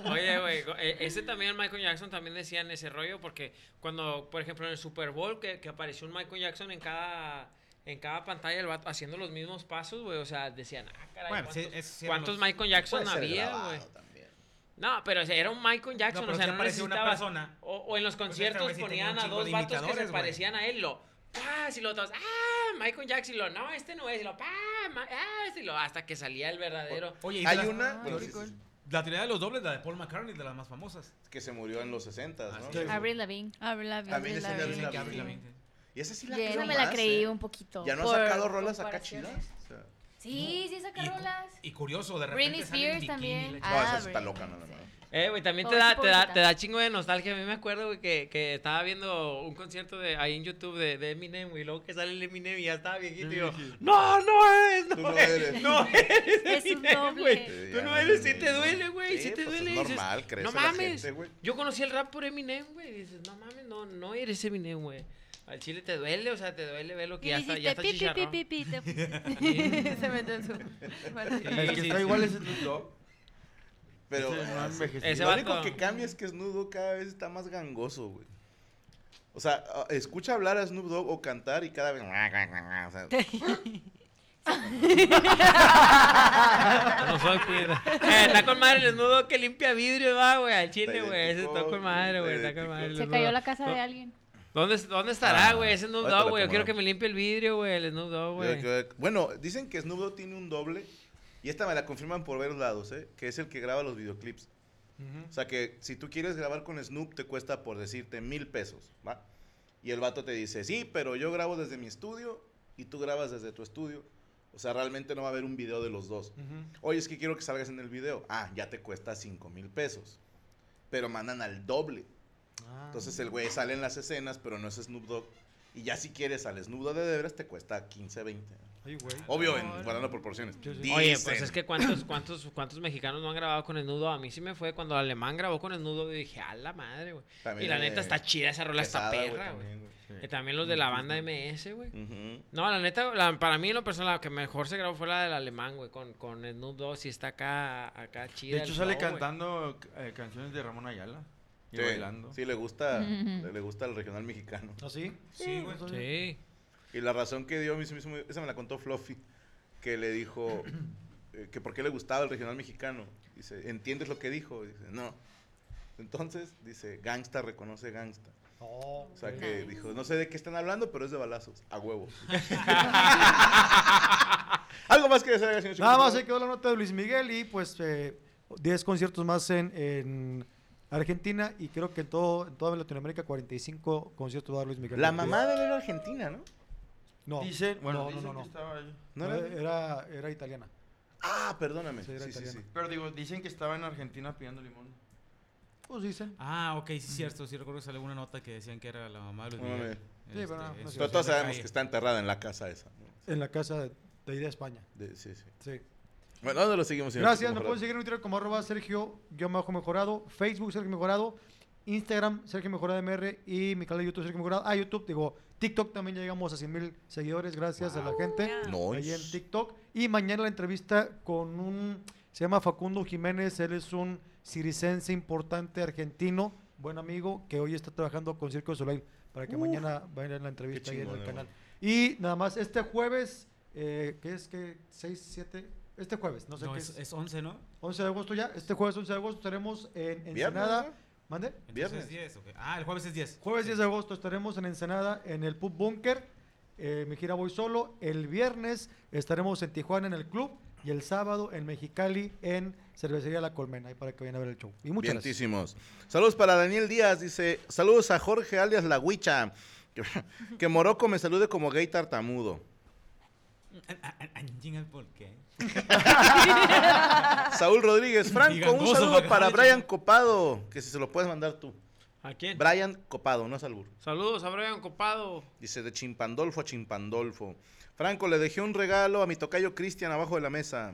[SPEAKER 9] Oye, güey, go- e- ese también, Michael Jackson, también decían ese rollo, porque cuando, por ejemplo, en el Super Bowl, que, que apareció un Michael Jackson en cada, en cada pantalla, el vato haciendo los mismos pasos, güey, o sea, decían, ah, caray,
[SPEAKER 10] Bueno, sí,
[SPEAKER 9] ¿cuántos,
[SPEAKER 10] eso sí eran
[SPEAKER 9] cuántos
[SPEAKER 10] los-
[SPEAKER 9] Michael Jackson
[SPEAKER 10] Puede ser
[SPEAKER 9] había,
[SPEAKER 10] grabado
[SPEAKER 9] güey? No, pero o sea, era un Michael Jackson,
[SPEAKER 10] No, pero
[SPEAKER 9] o sea,
[SPEAKER 10] sí
[SPEAKER 9] no
[SPEAKER 10] apareció una
[SPEAKER 9] necesitaba-
[SPEAKER 10] persona.
[SPEAKER 9] O, o en los
[SPEAKER 10] Pues,
[SPEAKER 9] conciertos
[SPEAKER 10] este güey sí tenía
[SPEAKER 9] ponían
[SPEAKER 10] un
[SPEAKER 9] a
[SPEAKER 10] chingo
[SPEAKER 9] dos
[SPEAKER 10] de
[SPEAKER 9] vatos que se
[SPEAKER 10] imitadores, güey.
[SPEAKER 9] parecían a él, lo, ¡pah! y lo todos, ¡ah! Michael Jackson, y lo, no, este no es, y lo, ¡pah! ma- ¡ah! y lo, hasta que salía el verdadero.
[SPEAKER 10] Oye, y de las- bueno, sí, sí, sí. La teoría de los dobles, la de Paul McCartney, de las más famosas.
[SPEAKER 4] Que se murió en los 60,
[SPEAKER 9] Ah,
[SPEAKER 4] ¿no?
[SPEAKER 10] sí.
[SPEAKER 7] Avril Lavigne.
[SPEAKER 5] Avril Lavigne.
[SPEAKER 4] También es el de Avril
[SPEAKER 10] Dicen que
[SPEAKER 4] Lavigne.
[SPEAKER 10] Avril Lavigne.
[SPEAKER 4] Y esa sí la
[SPEAKER 7] Yo
[SPEAKER 4] creo
[SPEAKER 7] esa me la
[SPEAKER 4] más,
[SPEAKER 7] creí
[SPEAKER 4] ¿eh?
[SPEAKER 7] un poquito,
[SPEAKER 4] Ya no
[SPEAKER 7] por
[SPEAKER 4] ha sacado rolas acá
[SPEAKER 7] comparaciones.
[SPEAKER 4] chidas. O sea,
[SPEAKER 7] Sí, sí, saca
[SPEAKER 10] Y-
[SPEAKER 7] rolas.
[SPEAKER 10] Y curioso, de repente.
[SPEAKER 7] Britney
[SPEAKER 10] sale en
[SPEAKER 7] Spears también.
[SPEAKER 10] bikini, la
[SPEAKER 4] no,
[SPEAKER 7] Ah,
[SPEAKER 4] esa sí está
[SPEAKER 7] Britney.
[SPEAKER 4] loca, no, no, no.
[SPEAKER 9] Eh, güey, también te
[SPEAKER 4] Oh,
[SPEAKER 7] Pobrecita,
[SPEAKER 9] da, te, da,
[SPEAKER 7] pobrecita.
[SPEAKER 9] te da chingo de nostalgia. A mí me acuerdo, güey, que, que estaba viendo un concierto de, ahí en YouTube de, de Eminem, güey, y luego que sale el Eminem y ya estaba viejito. Y yo, no, no eres, no,
[SPEAKER 4] Tú no
[SPEAKER 9] eres,
[SPEAKER 4] eres".
[SPEAKER 9] no eres.
[SPEAKER 4] Es un
[SPEAKER 9] Eminem, güey.
[SPEAKER 4] doble.
[SPEAKER 9] Tú no
[SPEAKER 4] Sí,
[SPEAKER 9] eres,
[SPEAKER 4] ya
[SPEAKER 9] sí
[SPEAKER 4] no,
[SPEAKER 9] te
[SPEAKER 4] no.
[SPEAKER 9] duele, güey, sí
[SPEAKER 4] Sí,
[SPEAKER 9] te
[SPEAKER 4] pues, es
[SPEAKER 9] duele. y
[SPEAKER 4] normal,
[SPEAKER 9] dices,
[SPEAKER 4] crece
[SPEAKER 9] no
[SPEAKER 4] la
[SPEAKER 9] mames.
[SPEAKER 4] gente, güey.
[SPEAKER 9] Yo conocí el rap por Eminem, güey, y dices, no mames, no, no eres Eminem, güey. Al chile te duele, o sea, te duele ver lo que
[SPEAKER 5] Y
[SPEAKER 9] ya
[SPEAKER 5] le
[SPEAKER 9] está, ya
[SPEAKER 5] hiciste
[SPEAKER 9] está
[SPEAKER 5] pi, pi, pi,
[SPEAKER 9] chicharrón.
[SPEAKER 5] pi, pi, te-
[SPEAKER 9] Se
[SPEAKER 7] metió en su...
[SPEAKER 6] El que está igual es Snoop Dogg.
[SPEAKER 4] Pero
[SPEAKER 8] Ese no ha envejecido.
[SPEAKER 4] ese
[SPEAKER 6] Ah,
[SPEAKER 8] Ese
[SPEAKER 4] lo único
[SPEAKER 8] vato.
[SPEAKER 4] que cambia es que Snoop Dogg cada vez está más gangoso, güey. O sea, a- escucha hablar a Snoop Dogg o cantar y cada vez... o sea,
[SPEAKER 9] No soy cuida. Eh, está con madre el desnudo que limpia vidrio, va, güey, al chile, güey. Ese está con madre, güey, está con madre. el
[SPEAKER 7] Se
[SPEAKER 9] desnudo.
[SPEAKER 7] cayó la casa de
[SPEAKER 9] No.
[SPEAKER 7] alguien.
[SPEAKER 9] ¿Dónde, dónde estará,
[SPEAKER 4] Ah,
[SPEAKER 9] güey? ese Snoop
[SPEAKER 4] ahorita
[SPEAKER 9] Dogg,
[SPEAKER 4] lo
[SPEAKER 9] güey. Yo quiero
[SPEAKER 4] acomodamos.
[SPEAKER 9] que me limpie el vidrio, güey. El Snoop Dogg, güey.
[SPEAKER 4] Yo- yo- Bueno, dicen que Snoop Dogg tiene un doble, y esta me la confirman por varios lados, ¿eh? que es el que graba los videoclips. O sea que si tú quieres grabar con Snoop, te cuesta por decirte mil pesos, ¿va? Y el vato te dice, sí, pero yo grabo desde mi estudio y tú grabas desde tu estudio. O sea, realmente no va a haber un video de los dos. Oye, es que quiero que salgas en el video. Ah, ya te cuesta cinco mil pesos. Pero mandan al doble. Entonces el güey sale en las escenas, pero no es Snoop Dogg. Y ya si quieres al Snoop Dogg de veras, te cuesta 15, 20.
[SPEAKER 6] Ay, güey.
[SPEAKER 4] Obvio, en guardando proporciones.
[SPEAKER 9] Oye, pues
[SPEAKER 4] Dicen.
[SPEAKER 9] es que cuántos, cuántos, cuántos mexicanos no han grabado con Snudo. A mí sí me fue cuando Alemán grabó con Snudo y dije, a la madre, güey.
[SPEAKER 4] También,
[SPEAKER 9] Y la
[SPEAKER 4] eh,
[SPEAKER 9] neta está chida esa rola,
[SPEAKER 4] Quesada,
[SPEAKER 9] está
[SPEAKER 4] güey,
[SPEAKER 9] perra, güey.
[SPEAKER 4] también, güey.
[SPEAKER 9] Y también los de la banda MS, güey.
[SPEAKER 4] Ujú.
[SPEAKER 9] No, la neta, la- para mí en lo personal, la que mejor se grabó fue la del alemán, güey, con, con Snoop Dogg, y está acá, acá chida.
[SPEAKER 8] De hecho, sale
[SPEAKER 9] cantando
[SPEAKER 8] cantando eh, canciones de Ramón Ayala. Y
[SPEAKER 4] Sí,
[SPEAKER 8] bailando.
[SPEAKER 4] Sí, le gusta, le le gusta el regional mexicano.
[SPEAKER 6] ¿Ah, sí?
[SPEAKER 10] Sí, güey.
[SPEAKER 9] Sí.
[SPEAKER 4] Y la razón que dio, a mí se me hizo muy- esa me la contó Fluffy, que le dijo eh, que por qué le gustaba el regional mexicano. Dice, ¿entiendes lo que dijo? Dice, no. Entonces, dice, gangsta reconoce gangsta.
[SPEAKER 6] Oh,
[SPEAKER 4] O sea que dijo, no sé de qué están hablando, pero es de balazos, a huevo. Algo más que desear, señor
[SPEAKER 6] Nada
[SPEAKER 4] Chico?
[SPEAKER 6] más eh. se quedó la nota de Luis Miguel y pues eh, 10 conciertos más en, en Argentina y creo que en, todo, en toda Latinoamérica 45 conciertos va a dar Luis Miguel.
[SPEAKER 4] La mamá de él era argentina, ¿no?
[SPEAKER 6] No,
[SPEAKER 8] Dicen- bueno,
[SPEAKER 6] no, no,
[SPEAKER 8] dicen
[SPEAKER 6] no, no.
[SPEAKER 8] que estaba ahí.
[SPEAKER 6] No, era, era, era italiana.
[SPEAKER 4] Ah, perdóname.
[SPEAKER 6] Sí,
[SPEAKER 4] Sí,
[SPEAKER 6] era
[SPEAKER 4] sí, sí,
[SPEAKER 6] italiano.
[SPEAKER 8] Pero digo, dicen que estaba en Argentina pidiendo limón.
[SPEAKER 6] Pues dicen.
[SPEAKER 10] Ah, ok, sí, es cierto. Sí, recuerdo que salió una nota que decían que era la mamá de Luis
[SPEAKER 4] Mamá
[SPEAKER 10] Miguel.
[SPEAKER 4] de-
[SPEAKER 6] Sí, pero no, no
[SPEAKER 10] en
[SPEAKER 6] sé.
[SPEAKER 4] Pero
[SPEAKER 10] situación
[SPEAKER 4] todos
[SPEAKER 10] de
[SPEAKER 4] sabemos
[SPEAKER 10] calle.
[SPEAKER 4] que está enterrada en la casa esa. ¿no?
[SPEAKER 6] En la casa de, de ahí de España.
[SPEAKER 4] De- sí, sí.
[SPEAKER 6] Sí.
[SPEAKER 4] Bueno, ¿dónde lo seguimos, señor?
[SPEAKER 6] Gracias,
[SPEAKER 4] Chico
[SPEAKER 6] me
[SPEAKER 4] Mejorado?
[SPEAKER 6] pueden seguir en Twitter como arroba Sergio yo bajo mejorado, Facebook Sergio Mejorado, Instagram, Sergio Mejorada MR y mi canal de YouTube, Sergio Mejorada. Ah, YouTube, digo, TikTok también ya llegamos a 100 mil seguidores, gracias a la gente. Ahí en TikTok. Y mañana la entrevista con un, se llama Facundo Jiménez, él es un ciricense importante argentino, buen amigo, que hoy está trabajando con Circo de Soleil, para que
[SPEAKER 4] Uf,
[SPEAKER 6] mañana vayan a la entrevista ahí en
[SPEAKER 4] chingón,
[SPEAKER 6] el
[SPEAKER 4] eh,
[SPEAKER 6] canal. Y nada más, este jueves, eh, que es que 6, 7, este jueves, no sé
[SPEAKER 10] No,
[SPEAKER 6] qué
[SPEAKER 10] es- es 11, ¿no?
[SPEAKER 6] 11 de agosto ya, este jueves 11 de agosto estaremos en Ensenada.
[SPEAKER 10] ¿no?
[SPEAKER 6] ¿Mande?
[SPEAKER 10] Entonces es 10, ok. Ah, el jueves es 10.
[SPEAKER 6] Jueves 10 de agosto estaremos en Ensenada en el Pub Bunker. Eh, mi gira voy solo. El viernes estaremos en Tijuana en el club. Y el sábado en Mexicali en Cervecería La Colmena. Ahí para que vayan a ver el show. Y muchas gracias.
[SPEAKER 4] Vientísimos. Saludos para Daniel Díaz, dice, saludos a Jorge alias La Huicha. Que, que Morocco me salude como gay tartamudo.
[SPEAKER 10] Chinga, ¿por qué?
[SPEAKER 4] Saúl Rodríguez, Franco, un
[SPEAKER 10] Gigangoso,
[SPEAKER 4] saludo
[SPEAKER 10] bacán,
[SPEAKER 4] para
[SPEAKER 10] chico.
[SPEAKER 4] Brian Copado, que si se lo puedes mandar tú.
[SPEAKER 9] ¿A quién?
[SPEAKER 4] Brian Copado, no es Albur.
[SPEAKER 9] Saludos a Brian Copado.
[SPEAKER 4] Dice, de Chimpandolfo a Chimpandolfo. Franco, le dejé un regalo a mi tocayo Cristian abajo de la mesa.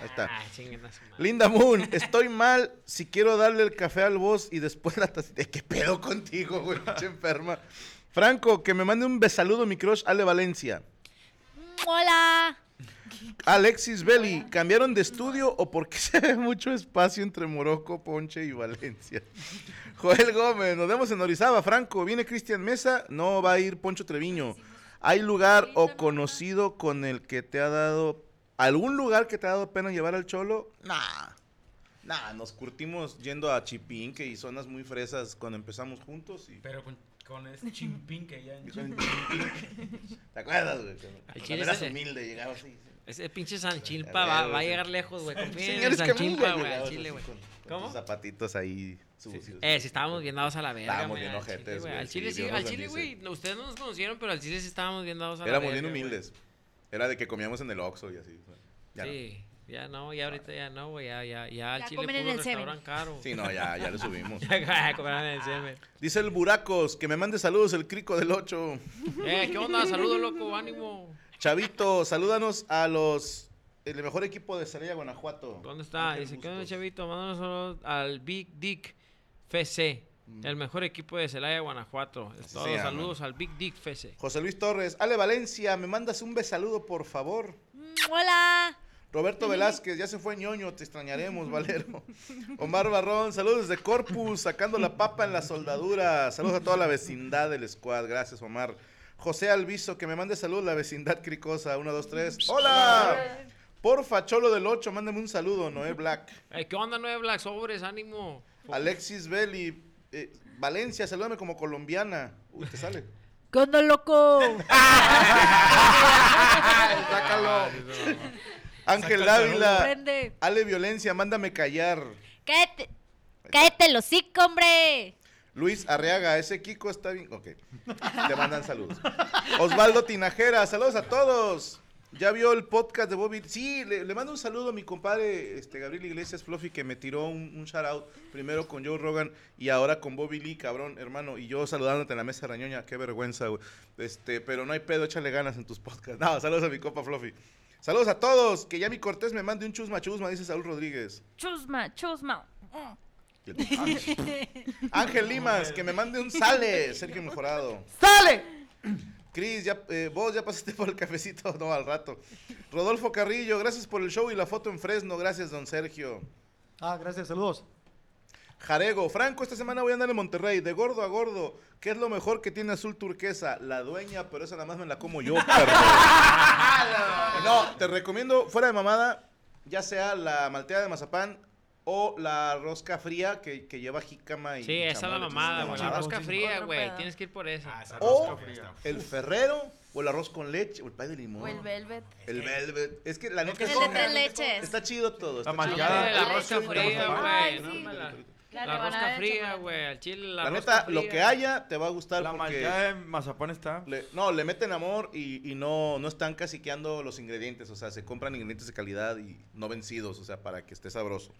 [SPEAKER 4] Ahí está.
[SPEAKER 9] Ah, chinguen a su madre.
[SPEAKER 4] Linda Moon, estoy mal si quiero darle el café al boss y después la tacita. ¿Qué pedo contigo, güey? Pinche enferma. Franco, que me mande un besaludo mi crush Ale Valencia.
[SPEAKER 5] Hola.
[SPEAKER 4] Alexis Belli, ¿cambiaron de estudio o por qué se ve mucho espacio entre Morocco, Ponche y Valencia? Joel Gómez, nos vemos en Orizaba, Franco. Viene Cristian Mesa, no va a ir Poncho Treviño. ¿Hay lugar o conocido con el que te ha dado, algún lugar que te ha dado pena llevar al cholo? Nah. Nah, nos curtimos yendo a Chipinque y zonas muy fresas cuando empezamos juntos. Y...
[SPEAKER 10] Pero con, con ese chimpín que ya en
[SPEAKER 4] Con ¿Te acuerdas, güey? Cuando-
[SPEAKER 9] Al
[SPEAKER 4] cuando
[SPEAKER 9] chile
[SPEAKER 4] eras
[SPEAKER 9] ese-
[SPEAKER 4] humilde, llegaba así.
[SPEAKER 9] Ese pinche Sanchilpa va, va a llegar lejos, güey. Confíen en
[SPEAKER 4] Señores
[SPEAKER 9] Sanchilpa,
[SPEAKER 4] Camilla,
[SPEAKER 9] güey.
[SPEAKER 4] llegabas
[SPEAKER 9] al
[SPEAKER 4] así
[SPEAKER 9] Chile, güey.
[SPEAKER 4] con- con
[SPEAKER 9] ¿Cómo?
[SPEAKER 4] tus zapatitos ahí sucios.
[SPEAKER 9] Eh, si estábamos bien dados a la verga.
[SPEAKER 4] Estábamos
[SPEAKER 9] güey,
[SPEAKER 4] bien
[SPEAKER 9] al
[SPEAKER 4] ojetes,
[SPEAKER 9] chile,
[SPEAKER 4] güey,
[SPEAKER 9] Al
[SPEAKER 4] sí,
[SPEAKER 9] chile, sí,
[SPEAKER 4] Dios
[SPEAKER 9] al
[SPEAKER 4] los
[SPEAKER 9] chile,
[SPEAKER 4] bendice.
[SPEAKER 9] güey. no, Ustedes no nos conocieron, pero al chile sí estábamos bien dados a la verga.
[SPEAKER 4] Éramos bien
[SPEAKER 9] güey.
[SPEAKER 4] humildes. Era de que comíamos en el Oxxo y así. güey. Ya no.
[SPEAKER 9] sí, ya no, ya ahorita ya no, güey. Ya, ya, ya, al
[SPEAKER 5] Ya
[SPEAKER 9] chile
[SPEAKER 5] comen
[SPEAKER 9] puro
[SPEAKER 5] en el Seven.
[SPEAKER 9] restaurante caro.
[SPEAKER 4] Sí, no, ya, ya le subimos.
[SPEAKER 9] Ya comerán en el Seven.
[SPEAKER 4] Dice el Buracos, que me mande saludos el crico del 8.
[SPEAKER 9] Eh, ¿qué onda? Saludos, loco, ánimo.
[SPEAKER 4] Chavito, salúdanos a los... El mejor equipo de Salida Guanajuato.
[SPEAKER 9] ¿Dónde está?
[SPEAKER 4] Ángel
[SPEAKER 9] Dice, ¿qué onda,
[SPEAKER 4] Bustos.
[SPEAKER 9] chavito? Mándanos saludos al Big Dick FC, el mejor equipo de Celaya, Guanajuato. Es todo.
[SPEAKER 4] sea,
[SPEAKER 9] Saludos al Big Dick FC.
[SPEAKER 4] José Luis Torres, Ale Valencia, me mandas un besaludo, por favor.
[SPEAKER 5] Hola.
[SPEAKER 4] Roberto Velázquez, ya se fue ñoño, te extrañaremos, Valero. Omar Barrón, saludos desde Corpus, sacando la papa en la soldadura. Saludos a toda la vecindad del squad, gracias, Omar. José Alviso, que me mande saludos la vecindad cricosa, 1, 2, 3. ¡Hola! Porfa, Cholo del 8, mándame un saludo, Noé Black.
[SPEAKER 9] Eh, ¿Qué onda, Nueve Black? Sobres, ánimo.
[SPEAKER 4] Alexis Belli, eh, Valencia, salúdame como colombiana. Uy, te sale.
[SPEAKER 5] ¿Qué onda, loco?
[SPEAKER 4] Sácalo. Ángel
[SPEAKER 5] Saca el
[SPEAKER 4] Dávila,
[SPEAKER 5] Prende.
[SPEAKER 4] Ale Violencia, mándame callar.
[SPEAKER 5] Cállate. Cállate el hocico, hombre.
[SPEAKER 4] Luis Arriaga, ese Kiko está bien. Ok. Te mandan saludos. Osvaldo Tinajera, saludos a todos. ¿Ya vio el podcast de Bobby? Sí, le, le mando un saludo a mi compadre este, Gabriel Iglesias Fluffy que me tiró un, un shout out primero con Joe Rogan y ahora con Bobby Lee, cabrón, hermano. Y yo saludándote en la mesa rañoña, qué vergüenza, güey. Este, pero no hay pedo, échale ganas en tus podcasts. No, saludos a mi compa Fluffy. Saludos a todos. Que ya mi Cortés me mande un chusma chusma, dice Saúl Rodríguez.
[SPEAKER 3] Chusma, chusma.
[SPEAKER 4] Ángel Limas, que me mande un sale, Sergio Mejorado.
[SPEAKER 6] ¡Sale!
[SPEAKER 4] Cris, ya, eh, vos ya pasaste por el cafecito, no, al rato. Rodolfo Carrillo, gracias por el show y la foto en Fresno, gracias, don Sergio.
[SPEAKER 6] Ah, gracias, saludos.
[SPEAKER 4] Jarego, Franco, esta semana voy a andar en Monterrey, de gordo a gordo. ¿Qué es lo mejor que tiene azul turquesa? La dueña, pero esa nada más me la como yo, perro. No, te recomiendo, fuera de mamada, ya sea la malteada de mazapán o la rosca fría que, que lleva jícama y
[SPEAKER 9] Sí, esa es la
[SPEAKER 4] chamales.
[SPEAKER 9] mamada,
[SPEAKER 4] Esa
[SPEAKER 9] güey.
[SPEAKER 4] es
[SPEAKER 9] La
[SPEAKER 4] mamada.
[SPEAKER 9] rosca fría,
[SPEAKER 10] Otro
[SPEAKER 9] güey.
[SPEAKER 10] pedo.
[SPEAKER 9] Tienes que ir por esa.
[SPEAKER 4] O el ferrero o el arroz con leche o el pay de limón.
[SPEAKER 3] O el velvet.
[SPEAKER 4] El velvet. Es que la neta
[SPEAKER 3] El
[SPEAKER 4] es
[SPEAKER 3] de tres leches.
[SPEAKER 4] Está chido todo. Está chido.
[SPEAKER 9] malteada. La rosca fría, güey.
[SPEAKER 3] sí.
[SPEAKER 9] no mames, la-
[SPEAKER 3] La
[SPEAKER 9] La
[SPEAKER 3] rebanada
[SPEAKER 9] rosca
[SPEAKER 3] de
[SPEAKER 9] fría,
[SPEAKER 3] chocolate.
[SPEAKER 9] güey. Al chile, la
[SPEAKER 4] La
[SPEAKER 9] rosca
[SPEAKER 4] neta, lo
[SPEAKER 9] fría.
[SPEAKER 4] que haya te va a gustar
[SPEAKER 8] La
[SPEAKER 4] porque...
[SPEAKER 8] malteada de mazapán está.
[SPEAKER 4] le- no, le meten amor y, y no, no están caciqueando los ingredientes. O sea, se compran ingredientes de calidad y no vencidos, o sea, para que esté sabroso.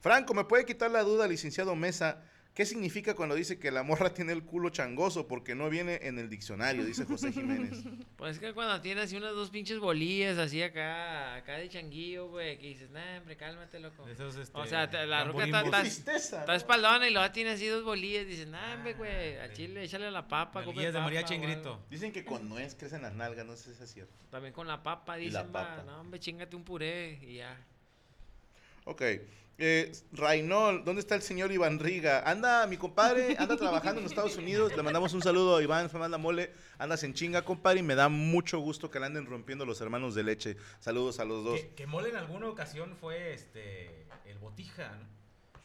[SPEAKER 4] Franco, ¿me puede quitar la duda, licenciado Mesa? ¿Qué significa cuando dice que la morra tiene el culo changoso? Porque no viene en el diccionario, dice José Jiménez.
[SPEAKER 9] Pues es que cuando tiene así unas dos pinches bolillas así acá, acá de changuillo, güey, que dices, nah, hombre, cálmate, loco.
[SPEAKER 10] Esos, este,
[SPEAKER 9] o sea, te- la ruca
[SPEAKER 10] tamborín
[SPEAKER 9] está,
[SPEAKER 10] bol-
[SPEAKER 9] está,
[SPEAKER 10] Qué tristeza,
[SPEAKER 9] está
[SPEAKER 10] ¿no?
[SPEAKER 9] espaldona y luego tiene así dos bolillas, dices, nah, hombre, güey, al chile, échale la papa.
[SPEAKER 10] Ah,
[SPEAKER 9] come
[SPEAKER 10] Bolillas de
[SPEAKER 9] papa,
[SPEAKER 10] mariachi en
[SPEAKER 9] güey".
[SPEAKER 10] grito.
[SPEAKER 4] Dicen que con nuez crecen las nalgas, no sé si es cierto.
[SPEAKER 9] También con la papa,
[SPEAKER 4] Y la
[SPEAKER 9] dicen, va,
[SPEAKER 4] papa.
[SPEAKER 9] no, hombre, chingate un puré y ya.
[SPEAKER 4] Ok. Eh, Rainol, ¿dónde está el señor Iván Riga? Anda, mi compadre, anda trabajando en Estados Unidos. Le mandamos un saludo a Iván Fernanda Mole. Andas en chinga, compadre, y me da mucho gusto que la anden rompiendo los hermanos de leche. Saludos a los dos.
[SPEAKER 10] Que, que Mole en alguna ocasión fue este el Botija, ¿no?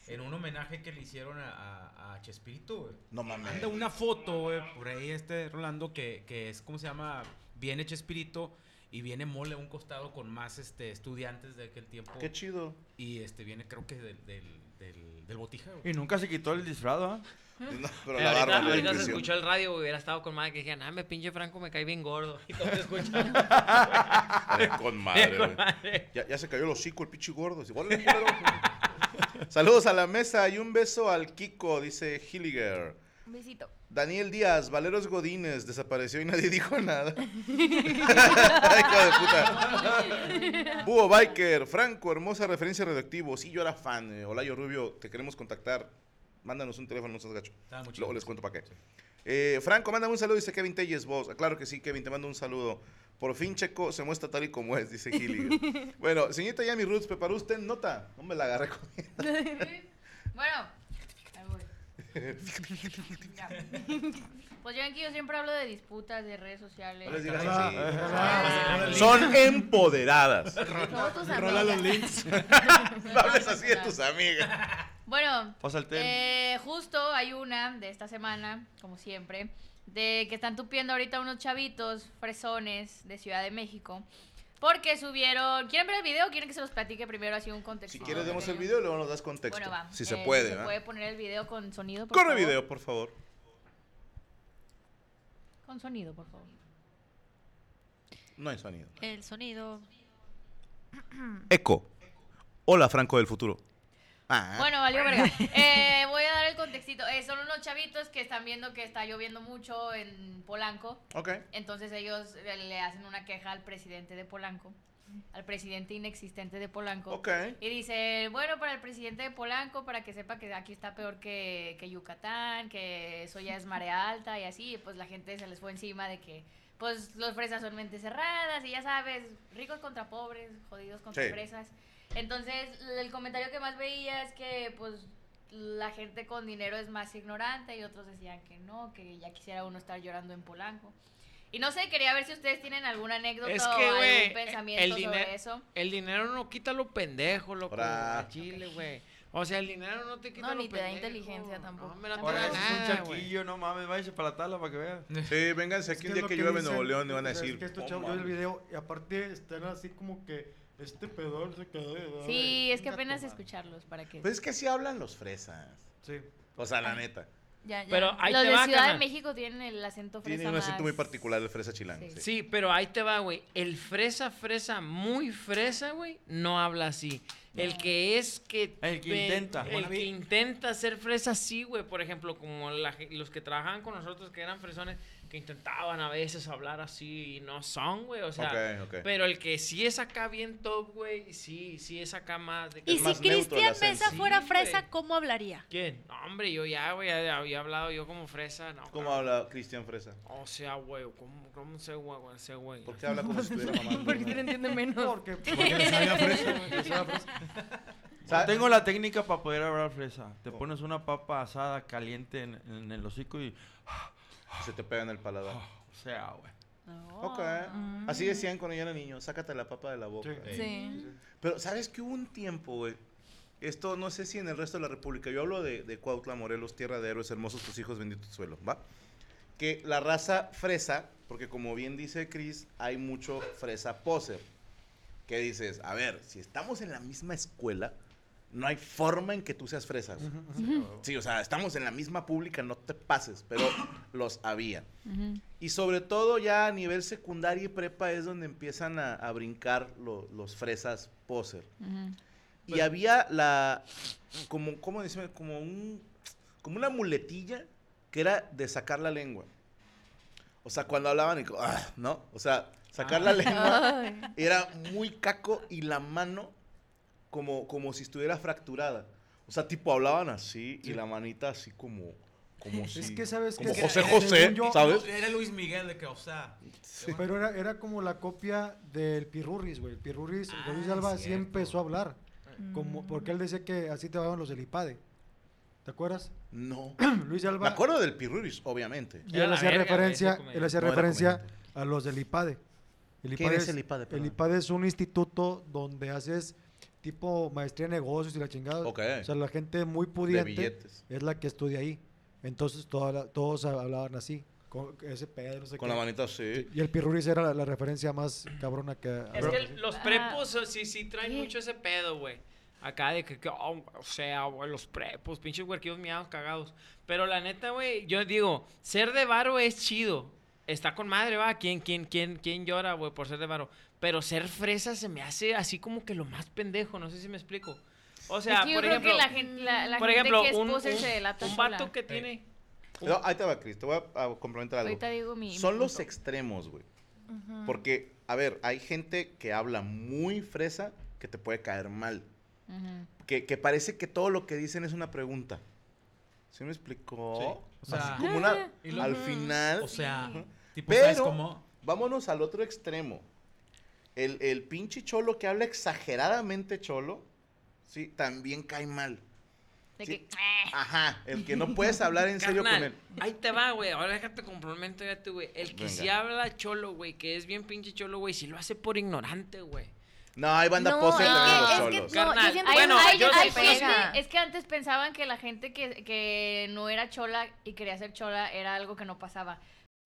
[SPEAKER 10] En un homenaje que le hicieron a, a- a Chespirito, güey.
[SPEAKER 4] No mames.
[SPEAKER 10] Anda una foto, güey, por ahí este Rolando, que, que es, ¿cómo se llama? Viene Chespirito y viene Mole a un costado con más este estudiantes de aquel tiempo.
[SPEAKER 4] Qué chido.
[SPEAKER 10] Y este viene, creo que del, del, del, del Botija, güey.
[SPEAKER 8] Y nunca se quitó el disfraz, ¿ah?
[SPEAKER 4] No,
[SPEAKER 9] Pero ahorita, ahorita se escuchó el radio, güey, hubiera estado con madre que dijeran, ah, me pinche Franco me cae bien gordo. Y todo se escucha.
[SPEAKER 4] Estaría con madre,
[SPEAKER 9] Estaría
[SPEAKER 4] güey. Ya, ya se cayó el hocico el pichi gordo. Dice, "Órale, culero". Saludos a la mesa y un beso al Kiko, dice Hilliger.
[SPEAKER 3] Un besito.
[SPEAKER 4] Daniel Díaz, Valeros Godínez, desapareció y nadie dijo nada. Hijo de puta. Búho Biker, Franco, hermosa referencia radioactivo. Sí, yo era fan. eh, Olayo Rubio, te queremos contactar. Mándanos un teléfono, no seas gacho.
[SPEAKER 10] Está muy chido.
[SPEAKER 4] Luego les cuento para qué. Eh, Franco, manda un saludo, dice Kevin Telles, vos. Ah, Claro que sí, Kevin, te mando un saludo. Por fin Checo se muestra tal y como es, dice Gilly. bueno, señorita Yami Roots, ¿preparó usted nota? No me la agarré con
[SPEAKER 7] bueno. ahí voy. Ya. Pues ya ven que yo siempre hablo de disputas, de redes sociales.
[SPEAKER 4] No les digas
[SPEAKER 7] Ah,
[SPEAKER 4] así.
[SPEAKER 7] ah, ah.
[SPEAKER 4] Son empoderadas.
[SPEAKER 7] Todos tus Rola los amigas. links.
[SPEAKER 4] No hables así de tus amigas.
[SPEAKER 7] Bueno,
[SPEAKER 4] Pasa el tema.
[SPEAKER 7] eh, justo hay una de esta semana, como siempre, de que están tupiendo ahorita unos chavitos fresones de Ciudad de México. Porque subieron. ¿Quieren ver el video o quieren que se los platique primero así un contexto? Ah,
[SPEAKER 4] Si quieres, demos el video y luego nos das contexto.
[SPEAKER 7] Bueno, va.
[SPEAKER 4] Si se
[SPEAKER 7] Eh,
[SPEAKER 4] puede,
[SPEAKER 7] ¿Se
[SPEAKER 4] ¿verdad?
[SPEAKER 7] puede poner el video con sonido? Por
[SPEAKER 4] Corre
[SPEAKER 7] favor?
[SPEAKER 4] video, por favor.
[SPEAKER 7] Con sonido, por favor.
[SPEAKER 4] No hay sonido.
[SPEAKER 5] El sonido.
[SPEAKER 7] Mm.
[SPEAKER 4] Eco. Hola, Franco del futuro. Ah.
[SPEAKER 7] Bueno, valió verga. Eh, voy a dar el contextito. Eh, son unos chavitos que están viendo que está lloviendo mucho en Polanco.
[SPEAKER 4] Ok.
[SPEAKER 7] Entonces ellos eh, le hacen una queja al presidente de Polanco, al presidente inexistente de Polanco.
[SPEAKER 4] Ok.
[SPEAKER 7] Y dice, bueno, para el presidente de Polanco, para que sepa que aquí está peor que, que Yucatán, que eso ya es marea alta y así, y pues la gente se les fue encima de que, pues los fresas son mentes cerradas y ya sabes, ricos contra pobres, jodidos contra
[SPEAKER 13] Sí.
[SPEAKER 7] fresas. Entonces, el comentario que más veía es que, pues, la gente con dinero es más ignorante y otros decían que no, que ya quisiera uno estar llorando en Polanco. Y no sé, quería ver si ustedes tienen alguna anécdota
[SPEAKER 9] Es
[SPEAKER 7] o
[SPEAKER 9] que,
[SPEAKER 7] algún
[SPEAKER 9] güey,
[SPEAKER 7] pensamiento
[SPEAKER 9] el,
[SPEAKER 7] sobre
[SPEAKER 9] diner-
[SPEAKER 7] eso.
[SPEAKER 9] el dinero no quita lo pendejo, loco.
[SPEAKER 4] Ora.
[SPEAKER 9] al Chile, güey. O sea, el dinero no te quita
[SPEAKER 3] No,
[SPEAKER 9] lo
[SPEAKER 3] ni te da
[SPEAKER 9] pendejo.
[SPEAKER 3] inteligencia tampoco.
[SPEAKER 9] me la
[SPEAKER 3] Tampoco.
[SPEAKER 8] Ahora
[SPEAKER 9] Para
[SPEAKER 8] ese
[SPEAKER 7] ah,
[SPEAKER 8] es un
[SPEAKER 9] nada, güey.
[SPEAKER 8] charquillo, no mames, váyase para la tala para que vean.
[SPEAKER 4] Sí, vénganse aquí un día que llueve en Nuevo León y van a decir.
[SPEAKER 6] Que estos
[SPEAKER 4] "Oh,
[SPEAKER 6] chavos yo vi
[SPEAKER 4] mames".
[SPEAKER 6] el video y aparte están así como que este pedón se quedó. de-
[SPEAKER 7] Sí, es que
[SPEAKER 6] Chinga tu
[SPEAKER 7] apenas
[SPEAKER 6] madre.
[SPEAKER 7] escucharlos para que...
[SPEAKER 4] Pues es que así hablan los fresas.
[SPEAKER 6] Sí.
[SPEAKER 4] O sea, la neta.
[SPEAKER 7] Ya, ya.
[SPEAKER 9] Pero ahí
[SPEAKER 7] Los
[SPEAKER 9] te
[SPEAKER 7] de
[SPEAKER 9] va,
[SPEAKER 7] Ciudad de
[SPEAKER 9] carnal.
[SPEAKER 7] México tienen el acento fresa
[SPEAKER 4] Tiene un acento muy
[SPEAKER 7] más-
[SPEAKER 4] particular el fresa chilango.
[SPEAKER 7] Sí.
[SPEAKER 4] sí.
[SPEAKER 9] Sí, pero ahí te va, güey. El fresa, fresa, muy fresa, güey, no habla así. El que es que... El
[SPEAKER 8] que intenta.
[SPEAKER 9] El que intenta ser fresa, sí, güey. Por ejemplo, como la ge- los que trabajaban con nosotros, que eran fresones, que intentaban a veces hablar así y no son, güey. O sea,
[SPEAKER 4] Ok, ok.
[SPEAKER 9] pero el que sí es acá bien top, güey, sí, sí es acá más... De que-
[SPEAKER 5] Y si Cristian Mesa fuera
[SPEAKER 9] Sí, güey.
[SPEAKER 5] fresa, ¿cómo hablaría?
[SPEAKER 9] ¿Quién? No, hombre, yo ya, güey, ya había hablado yo como fresa, no.
[SPEAKER 4] ¿Cómo habla Cristian Fresa?
[SPEAKER 9] O sea, güey, ¿cómo, cómo se güey, güey, ese güey?
[SPEAKER 4] ¿Por qué habla como si estuviera mamando? Porque te
[SPEAKER 5] entiende menos.
[SPEAKER 6] Porque,
[SPEAKER 8] Yo Tengo la técnica para poder hablar fresa. Te pones una papa asada caliente en, en el hocico y.
[SPEAKER 4] Se te pega en el paladar.
[SPEAKER 8] o sea, güey.
[SPEAKER 4] Ok. Así decían cuando yo era niño, sácate la papa de la boca. Eh,
[SPEAKER 8] Sí. Sí.
[SPEAKER 4] Pero ¿sabes que hubo un tiempo, güey? Esto no sé si en el resto de la República, yo hablo de, de Cuautla, Morelos, tierra de héroes, hermosos tus hijos, bendito tu suelo, ¿va? Que la raza fresa, porque como bien dice Chris, hay mucho fresa poser. Que dices, a ver, si estamos en la misma escuela, no hay forma en que tú seas fresa. güey. Sí, o sea, estamos en la misma pública, no te pases, pero los había. Y sobre todo ya a nivel secundaria y prepa es donde empiezan a, a brincar lo- los fresas
[SPEAKER 13] Pues
[SPEAKER 4] poser. Y había la como cómo decirme como un como una muletilla que era de sacar la lengua. O sea, cuando hablaban, y co- ah, ¿no? O sea, sacar la
[SPEAKER 13] Ah.
[SPEAKER 4] lengua
[SPEAKER 13] Ay.
[SPEAKER 4] era muy caco y la mano como, como si estuviera fracturada. O sea, tipo hablaban así y la manita así como... como
[SPEAKER 6] Es
[SPEAKER 4] si-
[SPEAKER 6] que sabes
[SPEAKER 4] como
[SPEAKER 6] que
[SPEAKER 4] José
[SPEAKER 6] era-
[SPEAKER 4] José,
[SPEAKER 6] según yo-
[SPEAKER 4] ¿sabes?
[SPEAKER 10] Era Luis Miguel de que, o sea,
[SPEAKER 6] Pero era, era como la copia del Pirurris, güey. El Pirurris, el Luis
[SPEAKER 10] Ah,
[SPEAKER 6] Alba así
[SPEAKER 10] cierto.
[SPEAKER 6] empezó a hablar.
[SPEAKER 7] Mm.
[SPEAKER 6] Como, porque él decía que así te hablaban los del IPADE. ¿Te acuerdas?
[SPEAKER 4] No.
[SPEAKER 6] Luis Alba.
[SPEAKER 4] Me acuerdo del Pirruris, obviamente.
[SPEAKER 6] Y él hacía referencia, él hacía
[SPEAKER 4] No era
[SPEAKER 6] referencia a los del IPADE. El
[SPEAKER 4] ¿Qué es el IPADE, perdón?
[SPEAKER 6] IPADE es un instituto donde haces tipo maestría en negocios y la chingada.
[SPEAKER 4] Ok.
[SPEAKER 6] O sea, la gente muy pudiente
[SPEAKER 4] billetes.
[SPEAKER 6] es la que estudia ahí. Entonces toda la- todos hablaban así, con ese pedo, no sé
[SPEAKER 4] Con
[SPEAKER 6] qué.
[SPEAKER 4] la manita así.
[SPEAKER 6] Y el Pirruris era la, la referencia más cabrona que...
[SPEAKER 9] Es que los
[SPEAKER 7] Ah.
[SPEAKER 9] prepos eh, sí, sí traen mucho ese pedo, güey. Acá de que, que, oh, o sea, güey, los prepos, pinches huerquillos miados cagados. Pero la neta, güey, yo digo, ser de varo es chido. Está con madre, va. ¿Quién, quién, quién, quién llora, güey, por ser de varo? Pero ser fresa se me hace así como que lo más pendejo. No sé si me explico. O sea,
[SPEAKER 7] Es que yo
[SPEAKER 9] por
[SPEAKER 7] creo
[SPEAKER 9] ejemplo,
[SPEAKER 7] que la gen- la- la
[SPEAKER 9] por
[SPEAKER 7] gente
[SPEAKER 9] ejemplo,
[SPEAKER 7] que es
[SPEAKER 9] un,
[SPEAKER 7] poser
[SPEAKER 9] un-
[SPEAKER 7] se delata
[SPEAKER 9] un
[SPEAKER 7] sola.
[SPEAKER 9] vato que tiene.
[SPEAKER 4] No, ahí te va, Cris, te voy a, a complementar algo.
[SPEAKER 7] Ahorita digo mi- mi
[SPEAKER 4] Son los
[SPEAKER 7] punto.
[SPEAKER 4] extremos, güey. Porque, a ver, hay gente que habla muy fresa que te puede caer mal. Que, que parece que todo lo que dicen es una pregunta. ¿Sí me explicó?
[SPEAKER 10] Sí. O sea,
[SPEAKER 4] Así como
[SPEAKER 9] Ah.
[SPEAKER 4] una-
[SPEAKER 10] y lo-
[SPEAKER 4] al
[SPEAKER 10] Ujú.
[SPEAKER 4] final.
[SPEAKER 10] O sea,
[SPEAKER 4] Ujú.
[SPEAKER 10] tipo,
[SPEAKER 4] pero
[SPEAKER 10] ¿sabes cómo?
[SPEAKER 4] vámonos al otro extremo. El, el pinche cholo que habla exageradamente cholo, sí, también cae mal.
[SPEAKER 7] De
[SPEAKER 4] Sí.
[SPEAKER 7] que,
[SPEAKER 4] Ajá, el que no puedes hablar en serio con
[SPEAKER 9] Carnal,
[SPEAKER 4] él.
[SPEAKER 9] Ahí te va, güey. Ahora déjate complemento ya tú, güey. El que
[SPEAKER 4] Venga.
[SPEAKER 9] si habla cholo, güey, que es bien pinche cholo, güey, si lo hace por ignorante, güey.
[SPEAKER 4] No, hay banda
[SPEAKER 9] No,
[SPEAKER 4] poser
[SPEAKER 9] es
[SPEAKER 4] también
[SPEAKER 9] que-
[SPEAKER 4] los
[SPEAKER 9] es que-
[SPEAKER 4] cholos.
[SPEAKER 9] no, yo Carnal, siento que
[SPEAKER 7] Bueno,
[SPEAKER 9] no,
[SPEAKER 7] hay,
[SPEAKER 9] yo
[SPEAKER 7] hay
[SPEAKER 9] sí
[SPEAKER 7] gente-
[SPEAKER 9] pega.
[SPEAKER 7] es que antes pensaban que la gente que, que no era chola y quería ser chola era algo que no pasaba.